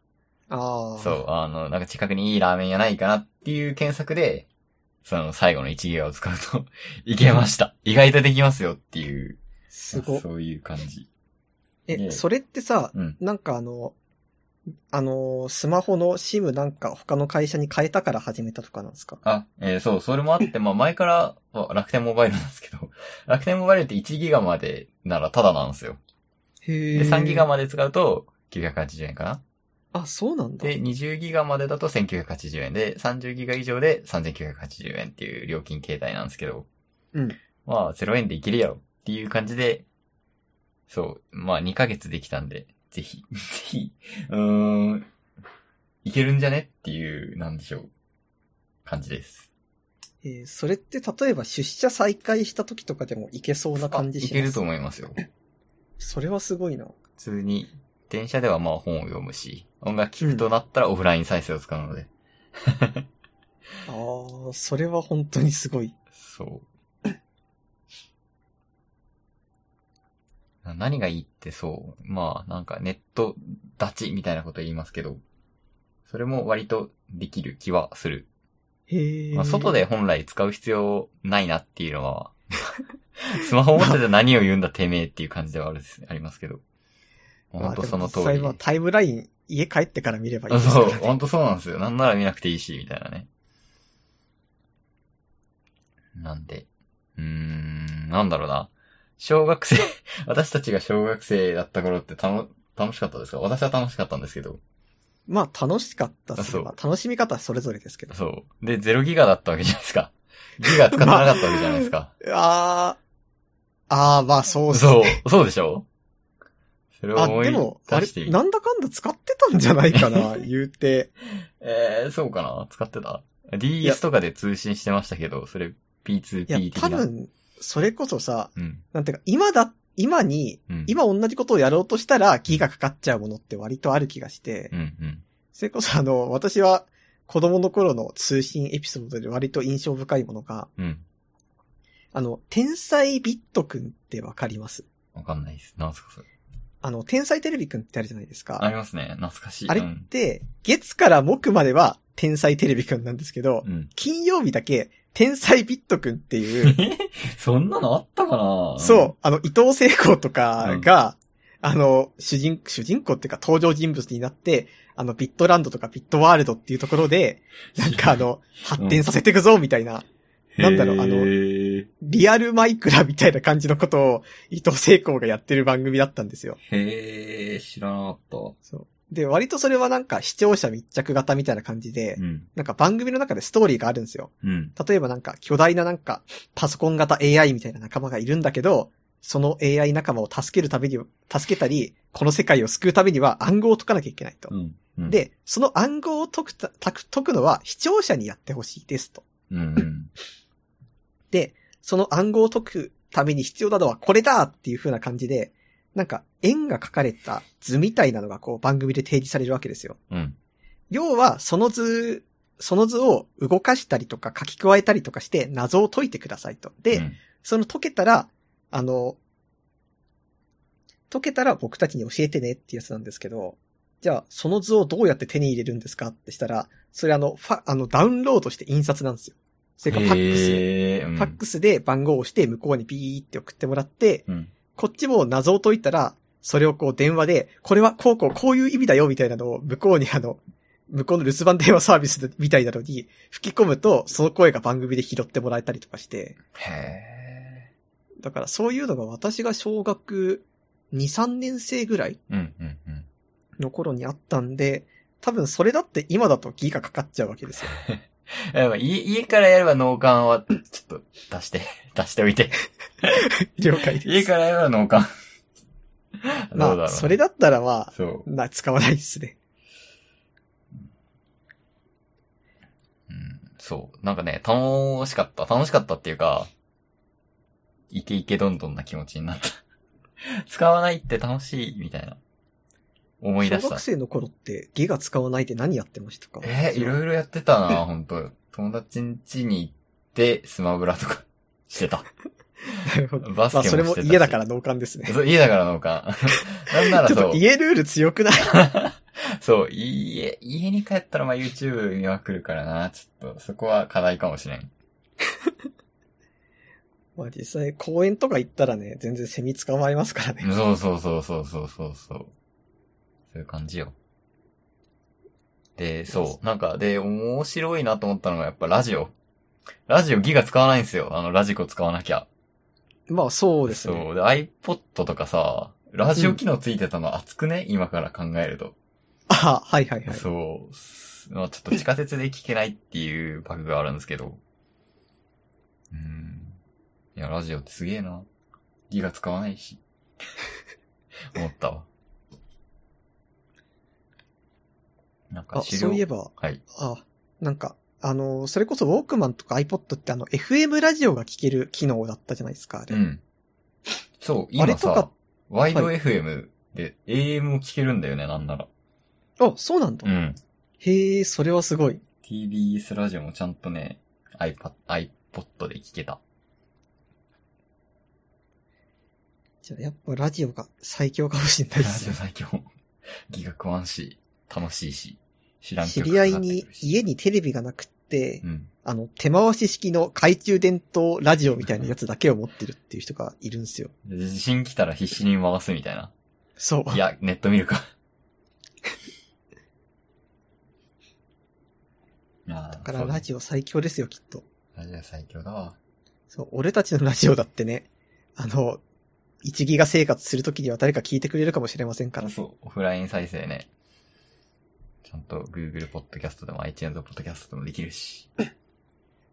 Speaker 1: ああ。
Speaker 2: そう、あの、なんか近くにいいラーメン屋ないかなっていう検索で、その最後の一行を使うと、 *laughs* いけました。意外とできますよっていう、
Speaker 1: すごっ。
Speaker 2: そういう感じ。
Speaker 1: え、それってさ、
Speaker 2: うん。
Speaker 1: なんかあの、あの、スマホの SIM なんか他の会社に変えたから始めたとかなんですか
Speaker 2: あ、えーそう、それもあって、まあ前からまあ楽天モバイルなんですけど、 *laughs* 楽天モバイルって1ギガまでならタダなんですよ。
Speaker 1: へ
Speaker 2: で、3ギガ
Speaker 1: ま
Speaker 2: まで使うと980円かな。
Speaker 1: あ、そうなんだ。
Speaker 2: で、20ギガまでだと1980円で、30ギガ以上で3980円っていう料金形態なんですけど、
Speaker 1: うん。
Speaker 2: まあ0円でいけるやろっていう感じで、そう、まあ2ヶ月できたんで、ぜひ、 *laughs* ぜひ、うーん、いけるんじゃねっていう、なんでしょう、感じです。
Speaker 1: えーそれって例えば出社再開した時とかでもいけそうな感じしま
Speaker 2: い
Speaker 1: す
Speaker 2: けると思いますよ。
Speaker 1: それはすごいな。
Speaker 2: 普通に、電車ではまあ本を読むし、音楽聴くとなったらオフライン再生を使うので、
Speaker 1: ああ、それは本当にすごい。
Speaker 2: そう。な何がいいってそう、まあなんかネット立ちみたいなこと言いますけど、それも割とできる気はする。
Speaker 1: へえ。
Speaker 2: まあ、外で本来使う必要ないなっていうのは、 *laughs* スマホ持ってて何を言うんだてめえっていう感じではあるですありますけど。
Speaker 1: まあ、
Speaker 2: 本当その
Speaker 1: で
Speaker 2: 通
Speaker 1: も実
Speaker 2: り
Speaker 1: 際。はタイムライン家帰ってから見ればいいですか
Speaker 2: そ
Speaker 1: ら、
Speaker 2: う、
Speaker 1: ね。
Speaker 2: 本当そうなんですよ。なんなら見なくていいし、みたいなね。なんで、うーん、なんだろうな。小学生、 *laughs* 私たちが小学生だった頃って楽、楽しかったですか私は楽しかったんですけど。
Speaker 1: まあ楽しかったっすね
Speaker 2: そう
Speaker 1: まあ楽しみ方はそれぞれですけど。
Speaker 2: そう。で、0ギガだったわけじゃないですか。ギガ使ってなかったわけじゃないです *laughs* か。
Speaker 1: ああ、ああ、まあそうですね。
Speaker 2: そう、そうでしょそれを
Speaker 1: あ、
Speaker 2: 思
Speaker 1: で
Speaker 2: い
Speaker 1: も、あ
Speaker 2: 出
Speaker 1: れ
Speaker 2: して、み
Speaker 1: なんだかんだ使ってたんじゃないかな、言う
Speaker 2: *laughs*
Speaker 1: て。
Speaker 2: えー、そうかな使ってた
Speaker 1: いや
Speaker 2: ?DS とかで通信してましたけど、それ
Speaker 1: いや
Speaker 2: P2P、的
Speaker 1: 多
Speaker 2: な。
Speaker 1: 分、それこそさ、
Speaker 2: うん。
Speaker 1: なんていうか、今だ、今に、
Speaker 2: うん。
Speaker 1: 今同じことをやろうとしたら、ギがかかっちゃうものって割とある気がして
Speaker 2: う、んうん。
Speaker 1: それこそあの、私は子供の頃の通信エピソードで割と印象深いものが、
Speaker 2: うん。
Speaker 1: あの、天才ビットくんってわかります
Speaker 2: わかんないです。なんすかそれ。
Speaker 1: あの、天才テレビくんってあるじゃないです
Speaker 2: あ
Speaker 1: か。
Speaker 2: りますね。懐かしい。
Speaker 1: あれ
Speaker 2: う
Speaker 1: っ
Speaker 2: ん。
Speaker 1: て、月から木までは天才テレビくんなんですけど
Speaker 2: う、ん
Speaker 1: 金曜日だけ天才ビットくんっていう、
Speaker 2: *laughs* そんなのあったかな
Speaker 1: そう、あの、伊藤聖子とかが、あの、主人、主人公っていうか登場人物になって、あの、ビットランドとかビットワールドっていうところで、なんかあの、発展させていくぞ、みたいな、
Speaker 2: う。
Speaker 1: なんだろうあの
Speaker 2: へー
Speaker 1: リアルマイクラみたいな感じのことを伊藤聖子がやってる番組だったんですよ。
Speaker 2: へー、知らなかっ
Speaker 1: そう。で、割とそれはなんか視聴者密着型みたいな感じで、
Speaker 2: た。うん。
Speaker 1: なんか番組の中でストーリーがあるんですよ。
Speaker 2: うん。
Speaker 1: 例えばなんか巨大ななんかパソコン型 AI みたいな仲間がいるんだけど、その AI 仲間を助けるために、助けたり、この世界を救うためには暗号を解かなきゃいけないと
Speaker 2: う。ん。うん、
Speaker 1: で、その暗号を解くた、解く解くのは視聴者にやってほしいですと。
Speaker 2: うん。
Speaker 1: で、その暗号を解くために必要なのはこれだっていう風な感じで、なんか円が書かれた図みたいなのがこう番組で提示されるわけですよ。
Speaker 2: うん。
Speaker 1: 要は、その図、その図を動かしたりとか書き加えたりとかして謎を解いてくださいと。で、
Speaker 2: うん、
Speaker 1: その解けたら、あの、解けたら僕たちに教えてねってやつなんですけど、じゃあ、その図をどうやって手に入れるんですかってしたら、それあの、ファ、あの、ダウンロードして印刷なんですよ。それからファックス。
Speaker 2: へー、
Speaker 1: ファックスで番号を押して向こうにピーって送ってもらって、
Speaker 2: うん。うん。
Speaker 1: こっちも謎を解いたら、それをこう電話で、これはこうこうこういう意味だよみたいなのを向こうにあの、向こうの留守番電話サービスみたいなのに吹き込むと、その声が番組で拾ってもらえたりとかして、
Speaker 2: へ
Speaker 1: だからそういうのが私が小学2、3年生ぐらい
Speaker 2: ー。うん。うん。うん。
Speaker 1: の頃にあったんで、多分それだって今だとギガかかっちゃうわけ
Speaker 2: *laughs*
Speaker 1: ですよ。
Speaker 2: やっぱ家家からやれば脳幹は、ちょっと出して、出してお
Speaker 1: *laughs*
Speaker 2: いて。
Speaker 1: 了解です。
Speaker 2: 家からやれば脳幹。どうだろう
Speaker 1: ま
Speaker 2: な。
Speaker 1: あ、それだったらまあ、
Speaker 2: そう。
Speaker 1: な、使わないですね。
Speaker 2: うんそう。なんかね、楽しかった。楽しかったっていうか、イケイケどんどんな気持ちになった。 *laughs* 使わないって楽しい、みたいな。思い
Speaker 1: 小
Speaker 2: 出した
Speaker 1: 学。生の頃ってギガ使わないで何やってましたか
Speaker 2: えーいろいろやってた
Speaker 1: *laughs*
Speaker 2: な、本当友達ん家に行って、スマブラとかしてた。
Speaker 1: なるほど。
Speaker 2: バス
Speaker 1: *laughs*
Speaker 2: ケ
Speaker 1: まあ、
Speaker 2: もしてたし
Speaker 1: それも家だから脳幹ですね。
Speaker 2: そう、家だからの
Speaker 1: *laughs*
Speaker 2: か。なんなら
Speaker 1: ちょっ
Speaker 2: そ
Speaker 1: と
Speaker 2: う。
Speaker 1: 家ルール強くない *laughs*
Speaker 2: そう、家、家に帰ったらまあ YouTube 見まくるからな。ちょっと、そこは課題かもしれん。
Speaker 1: まあ実際公園とか行ったらね、全然セミ捕まえますからね。
Speaker 2: そうそうそうそうそうそうそう。そういう感じよ。で、そう。なんか、で、面白いなと思ったのがやっぱラジオ。ラジオギガ使わないんですよ。あの、ラジコ使わなきゃ。
Speaker 1: まあそうですね。
Speaker 2: そう。で、iPod とかさ、ラジオ機能ついてたの熱くね、今から考えると。
Speaker 1: あはいはいはい。
Speaker 2: そうす。まあちょっと地下鉄で聞けないっていうバグがあるんですけど。うん。いや、ラジオってすげえな。ギガ使わないし。 *laughs* 思ったわ。なんか
Speaker 1: あ、
Speaker 2: 狩
Speaker 1: そういえば、
Speaker 2: はい。
Speaker 1: あ、なんか、あのー、それこそウォークマンとか iPod ってあの、FM ラジオが聴ける機能だったじゃないですか、あれ。
Speaker 2: うん。そう、
Speaker 1: あれ
Speaker 2: 今
Speaker 1: とか
Speaker 2: さ、ワイド
Speaker 1: は
Speaker 2: FM で AM を聞けるんだよね、なんなら。
Speaker 1: あ、そうなんだ。
Speaker 2: うん。
Speaker 1: へえ、それはすごい。
Speaker 2: TBS ラジオもちゃんとね、iPad、iPod で聞けた。
Speaker 1: じゃあやっぱラジオが最強かもしれない
Speaker 2: ラ
Speaker 1: で
Speaker 2: ジ
Speaker 1: す
Speaker 2: *laughs* オ
Speaker 1: ね。
Speaker 2: 最強。ギガ食わんし、楽しいし、知らん
Speaker 1: 知
Speaker 2: 曲
Speaker 1: り合い
Speaker 2: かかって
Speaker 1: に
Speaker 2: くるし
Speaker 1: 家にテレビがなくって、
Speaker 2: うん。
Speaker 1: あの、手回し式の懐中電灯ラジオみたいなやつだけを持ってるっていう人がいるんですよ。
Speaker 2: 地震来たら必死に回すみたいな。
Speaker 1: そう。
Speaker 2: いや、ネット見る *laughs* か。だ
Speaker 1: だからラジオ最強ですよ、きっと。
Speaker 2: オ。ラジオ最強だわ。
Speaker 1: そう、俺たちのラジオだってね、あの、1ギガ生活するときには誰か聞いてくれるかもしれませんから。
Speaker 2: そう、オフライン再生ね。ちゃんと Google ポッドキャストでも iTunes ポッドキャストでもできるし。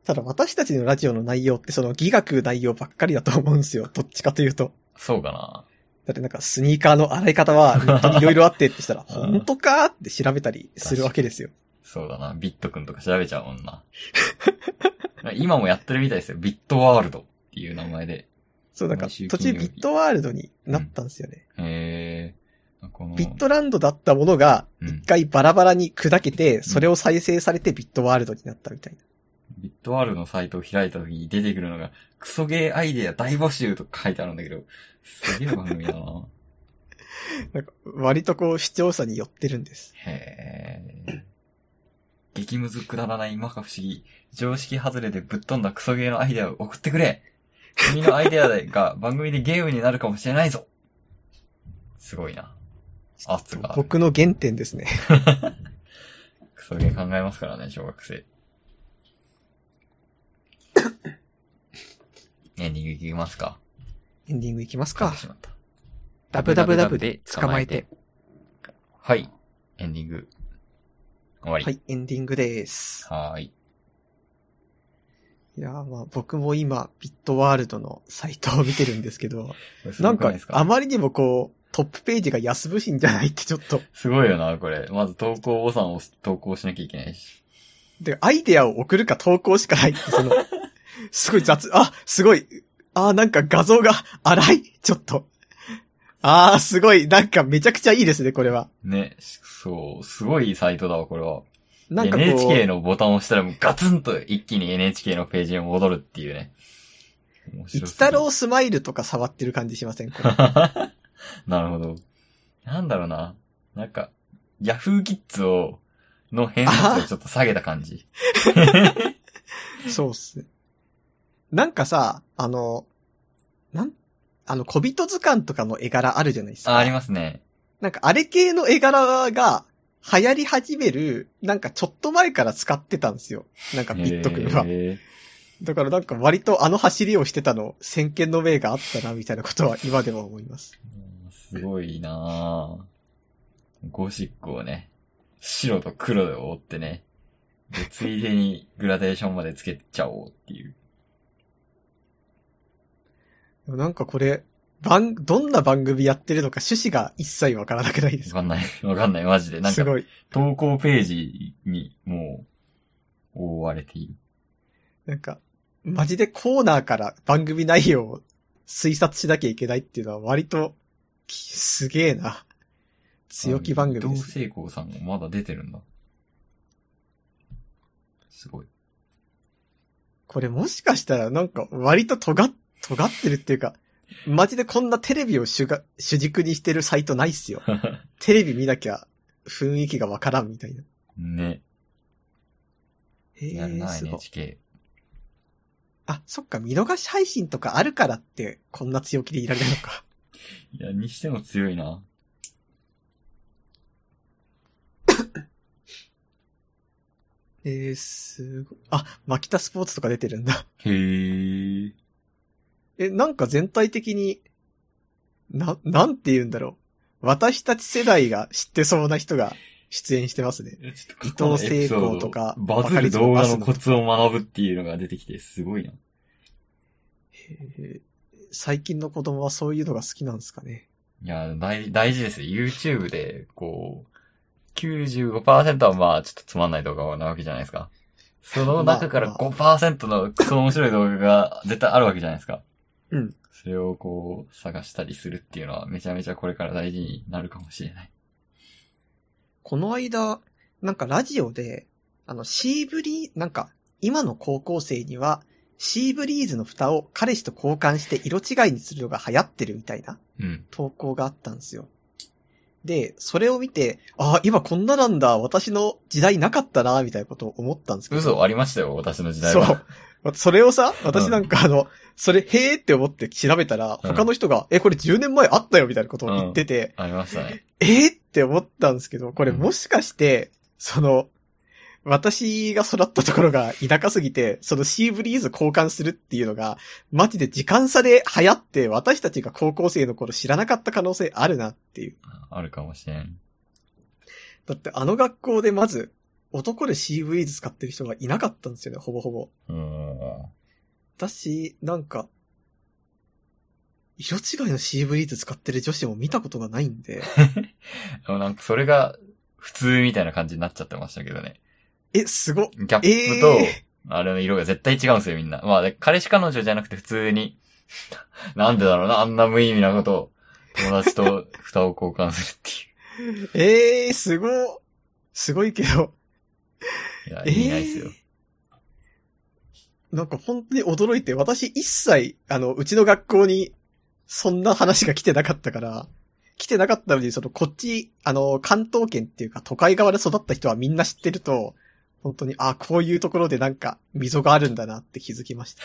Speaker 1: ただ私たちのラジオの内容ってそのギガ食う内容ばっかりだと思うんですよ。 *laughs* どっちかというと。
Speaker 2: そうかな。
Speaker 1: だってなんかスニーカーの洗い方は本当にいろいろあってってしたら、本当かって調べたりするわけですよ。
Speaker 2: そうだな。ビットくんとか調べちゃうもん *laughs* な。今もやってるみたいですよ。ビットワールドっていう名前で。
Speaker 1: そう、なんか
Speaker 2: 毎週
Speaker 1: 途
Speaker 2: 金
Speaker 1: 中
Speaker 2: 曜日
Speaker 1: ビットワールドになったんですよね。
Speaker 2: へえ。この
Speaker 1: ビットランドだったものが
Speaker 2: うん
Speaker 1: 一回バラバラに砕けて、それを再生されてビットワールドになったみたいな。 *laughs*
Speaker 2: ビットワールドのサイトを開いた時に出てくるのが、クソゲーアイデア大募集とか書いてあるんだけど、すげえ番組だな。 *laughs*
Speaker 1: なんか割とこう視聴者に寄ってるんです。
Speaker 2: へえ。激ムズくだらない摩訶不思議、常識外れでぶっ飛んだクソゲーのアイデアを送ってくれ君のアイデアが番組でゲームになるかもしれないぞすごいな。圧がある。
Speaker 1: 僕の原点ですね。
Speaker 2: クソゲー考えますからね、小学生。 *coughs* エンディングいきますか。
Speaker 1: エンディングいきます
Speaker 2: か
Speaker 1: か
Speaker 2: って。しまった。
Speaker 1: ダブダブダブで捕まえて。。
Speaker 2: はい。エンディング。終わり。
Speaker 1: はい、エンディングです。
Speaker 2: はーい。
Speaker 1: いやーまあ僕も今、ビットワールドのサイトを見てるんですけど、
Speaker 2: これすご
Speaker 1: なん
Speaker 2: くい
Speaker 1: か
Speaker 2: です、
Speaker 1: あまりにもこう、トップページが安部品じゃないってちょっと、
Speaker 2: すごいよな、これ。まず投稿ボタンを押す投稿しなきゃいけないし。
Speaker 1: で、アイデアを送るか投稿しかないって、そ
Speaker 2: *laughs*
Speaker 1: の、すごい雑、あ、すごい、あーなんか画像が荒い、ちょっと。あーすごい、なんかめちゃくちゃいいですね、これは。
Speaker 2: ね、そう、すごいサイトだわ、これは。
Speaker 1: なんかこう、
Speaker 2: NHK のボタンを押したらもうガツンと一気に NHK のページに戻るっていうね。面
Speaker 1: 一
Speaker 2: 白
Speaker 1: 太
Speaker 2: そう
Speaker 1: 郎スマイルとか触ってる感じしませんこれ
Speaker 2: *laughs* なるほど。なんだろうな。なんか、ヤフーキッズを、の偏差値をちょっと下げた感じ。
Speaker 1: そうっすね。なんかさ、あの、なん、あの、小人図鑑とかの絵柄あるじゃないですか。
Speaker 2: あ、ありますね。
Speaker 1: なんかあれ系の絵柄が流行り始める、なんかちょっと前から使ってたんですよ。なんかビットくんは。
Speaker 2: へ
Speaker 1: だからなんか割とあの走りをしてたの、先見の明があったな、みたいなことは今でも思います。
Speaker 2: ーすごいなぁ。ゴシックをね、白と黒で覆ってね、でついでにグラデーションまでつけちゃおうっていう。
Speaker 1: でもなんかこれ、番、どんな番組やってるのか趣旨が一切わからなくないです
Speaker 2: わか
Speaker 1: か
Speaker 2: んない。わかんない、マジで。なん
Speaker 1: す
Speaker 2: か、
Speaker 1: ごい。
Speaker 2: 投稿ページにもう、覆われている。
Speaker 1: なんか、マジでコーナーから番組内容を推察しなきゃいけないっていうのは割と、きすげえな。強気番組
Speaker 2: 同
Speaker 1: ですね。
Speaker 2: 成功さんもまだ出てるんだ。すごい。
Speaker 1: これもしかしたらなんか割と尖っ、尖ってるっていうか、マジでこんなテレビを主が主軸にしてるサイトないっ
Speaker 2: *laughs*
Speaker 1: すよ。テレビ見なきゃ雰囲気がわからんみたいな。
Speaker 2: ね。
Speaker 1: へ
Speaker 2: やる
Speaker 1: え、
Speaker 2: な、
Speaker 1: すごい。
Speaker 2: NHK。
Speaker 1: あ、そっか、見逃し配信とかあるからって、こんな強気でいられるのか。
Speaker 2: いや、にしても強いな。
Speaker 1: えー、すごい。あ、マキタスポーツとか出てるんだ。
Speaker 2: へー。
Speaker 1: え、なんか全体的に、な、なんて言うんだろう。私たち世代が知ってそうな人が出演してますね。
Speaker 2: 伊藤
Speaker 1: 伊藤聖子とか
Speaker 2: バズる動画のコツを学ぶっていうのが出てきて、すごいな。
Speaker 1: えー最近の子供はそういうのが好きなんですかね。
Speaker 2: いや、大大事ですよ。YouTube で、こう、95%はまあ、ちょっとつまんない動画なわけじゃないですか。その中から
Speaker 1: まあ
Speaker 2: 5%のクソ面白い動画が絶対あるわけじゃないですか。
Speaker 1: うん。
Speaker 2: それをこう、探したりするっていうのは、めちゃめちゃこれから大事になるかもしれない。
Speaker 1: この間、なんかラジオで、あの、シーブリー、なんか、今の高校生には、シーブリーズの蓋を彼氏と交換して色違いにするのが流行ってるみたいな
Speaker 2: うん。
Speaker 1: 投稿があったんですよ。で、それを見て、ああ、今こんななんだ、私の時代なかったな、みたいなことを思ったんですけど。
Speaker 2: 嘘ありましたよ、私の時代
Speaker 1: そ
Speaker 2: は。
Speaker 1: う。 *laughs* それをさ、私なんかあの、それ、へえって思って調べたら、
Speaker 2: うん
Speaker 1: 他の人が、え、これ10年前あったよみたいなことを言ってて、
Speaker 2: ありましたね。
Speaker 1: えーって思ったんですけど、これ
Speaker 2: うん
Speaker 1: もしかして、その、私が育ったところが田舎すぎて、そのシーブリーズ交換するっていうのが、マジで時間差で流行って、私たちが高校生の頃知らなかった可能性あるなっていう。
Speaker 2: あるかもしれん。
Speaker 1: だってあの学校でまず、男でシーブリーズ使ってる人がいなかったんですよね、ほぼほぼ。
Speaker 2: うーん。
Speaker 1: だし、なんか、色違いのシーブリーズ使ってる女子も見たことがないんで、
Speaker 2: でもなんかそれが普通みたいな感じになっちゃってましたけどね。
Speaker 1: え、すごっ。
Speaker 2: ギャップと
Speaker 1: え、
Speaker 2: あれの色が絶対違うんですよ、みんな。まあ、で彼氏彼女じゃなくて普通に、 *laughs* なんでだろうな、あんな無意味なことを、友達と蓋を交換するっ
Speaker 1: えー、すごっ。すごいけど、
Speaker 2: ていう。いや、意味ないですよ。
Speaker 1: なんか本当に驚いて、私一切、あの、うちの学校に、そんな話が来てなかったから、来てなかったのに、その、こっち、あの、関東圏っていうか、都会側で育った人はみんな知ってると、本当に、あこういうところでなんか、溝があるんだなって気づきました。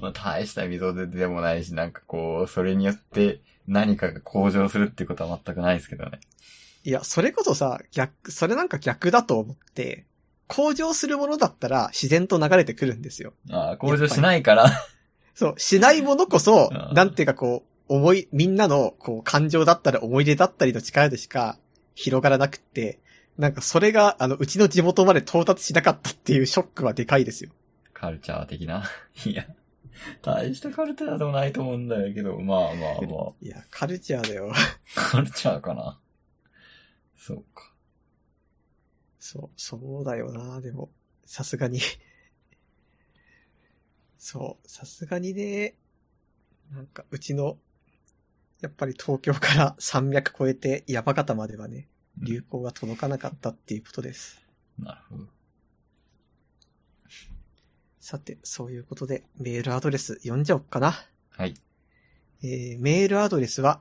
Speaker 2: まあ、大した溝ででもないし、なんかこう、それによって何かが向上するっていうことは全くないですけどね。
Speaker 1: いや、それこそさ、逆、それなんか逆だと思って、向上するものだったら自然と流れてくるんですよ。
Speaker 2: ああ、向上しないから、
Speaker 1: そう、しないものこそ
Speaker 2: う、ん
Speaker 1: なんていうかこう、思い、みんなの、こう、感情だったり思い出だったりの力でしか広がらなくって、なんかそれが、あの、うちの地元まで到達しなかったっていうショックはでかいですよ。
Speaker 2: カルチャー的な。 *laughs* いや、大したカルチャーでもないと思うんだけど、まあまあまあ。
Speaker 1: いや、カルチャーだよ。 *laughs*
Speaker 2: カルチャーかな。そうか。
Speaker 1: そう、そうだよな、でも、さすがに。 *laughs* そう、さすがにね、なんか、うちの、やっぱり東京から山脈越えて山形まではね、流行が届かなかったっていうことです。
Speaker 2: なるほど。
Speaker 1: さて、そういうことで、メールアドレス読んじゃおっかな。
Speaker 2: はい。
Speaker 1: えーメールアドレスは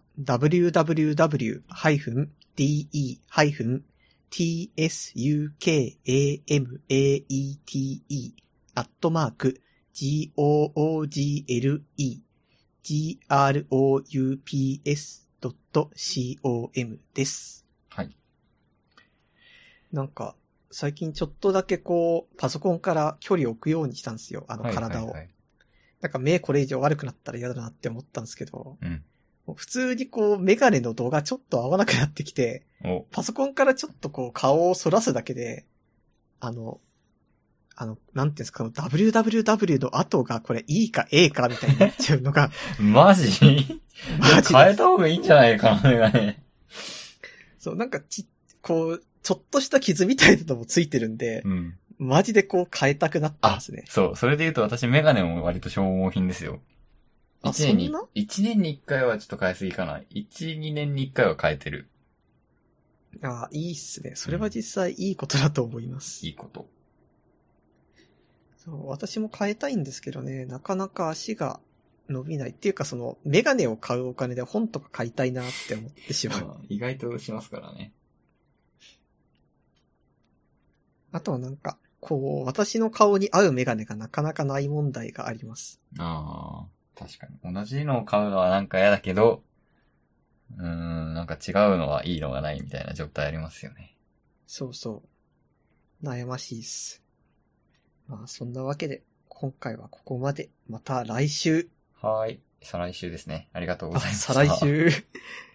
Speaker 1: www-de-tsukamate アットマーク google-groups.com です。
Speaker 2: はい。
Speaker 1: なんか、最近ちょっとだけこう、パソコンから距離を置くようにしたんですよ、あの
Speaker 2: はい
Speaker 1: 体を。
Speaker 2: はいはい
Speaker 1: なんか目これ以上悪くなったら嫌だなって思ったんですけど、
Speaker 2: うん
Speaker 1: もう普通にこうメガネの動画ちょっと合わなくなってきて、
Speaker 2: お、
Speaker 1: パソコンからちょっとこう顔を反らすだけで、あの、あの、なんていうんですか、この www の後がこれいいか A かみたいになっちゃうの
Speaker 2: *laughs*
Speaker 1: が、
Speaker 2: マジ変
Speaker 1: マジ
Speaker 2: え
Speaker 1: で。
Speaker 2: た方がいいんじゃないかな、メガネ。
Speaker 1: そう、なんかち、こう、ちょっとした傷みたいなのもついてるんで、
Speaker 2: うん。
Speaker 1: マジでこう変えたくなったんですね。
Speaker 2: そう、それで言うと私メガネも割と消耗品ですよ。
Speaker 1: あ
Speaker 2: 一年に
Speaker 1: そんな、
Speaker 2: 一年に一回はちょっと変えすぎかな。一、二年に一回は変えてる。
Speaker 1: ああ、いいっすね。それは実際いいことだと思います。
Speaker 2: いいこと。
Speaker 1: そう、私も変えたいんですけどね、なかなか足が伸びないっていうか、その、メガネを買うお金で本とか買いたいなって思ってしまう。
Speaker 2: まあ意外としますからね。
Speaker 1: あとはなんか、こう、私の顔に合うメガネがなかなかない問題があります。
Speaker 2: ああ、確かに。同じのを買うのはなんか嫌だけど、うーん、なんか違うのはいいのがないみたいな状態ありますよね。
Speaker 1: そうそう。悩ましいっす。まあ、そんなわけで、今回はここまで。また来週。
Speaker 2: はーい。再来週ですね。ありがとうご
Speaker 1: あ
Speaker 2: ざいました。
Speaker 1: 再来週。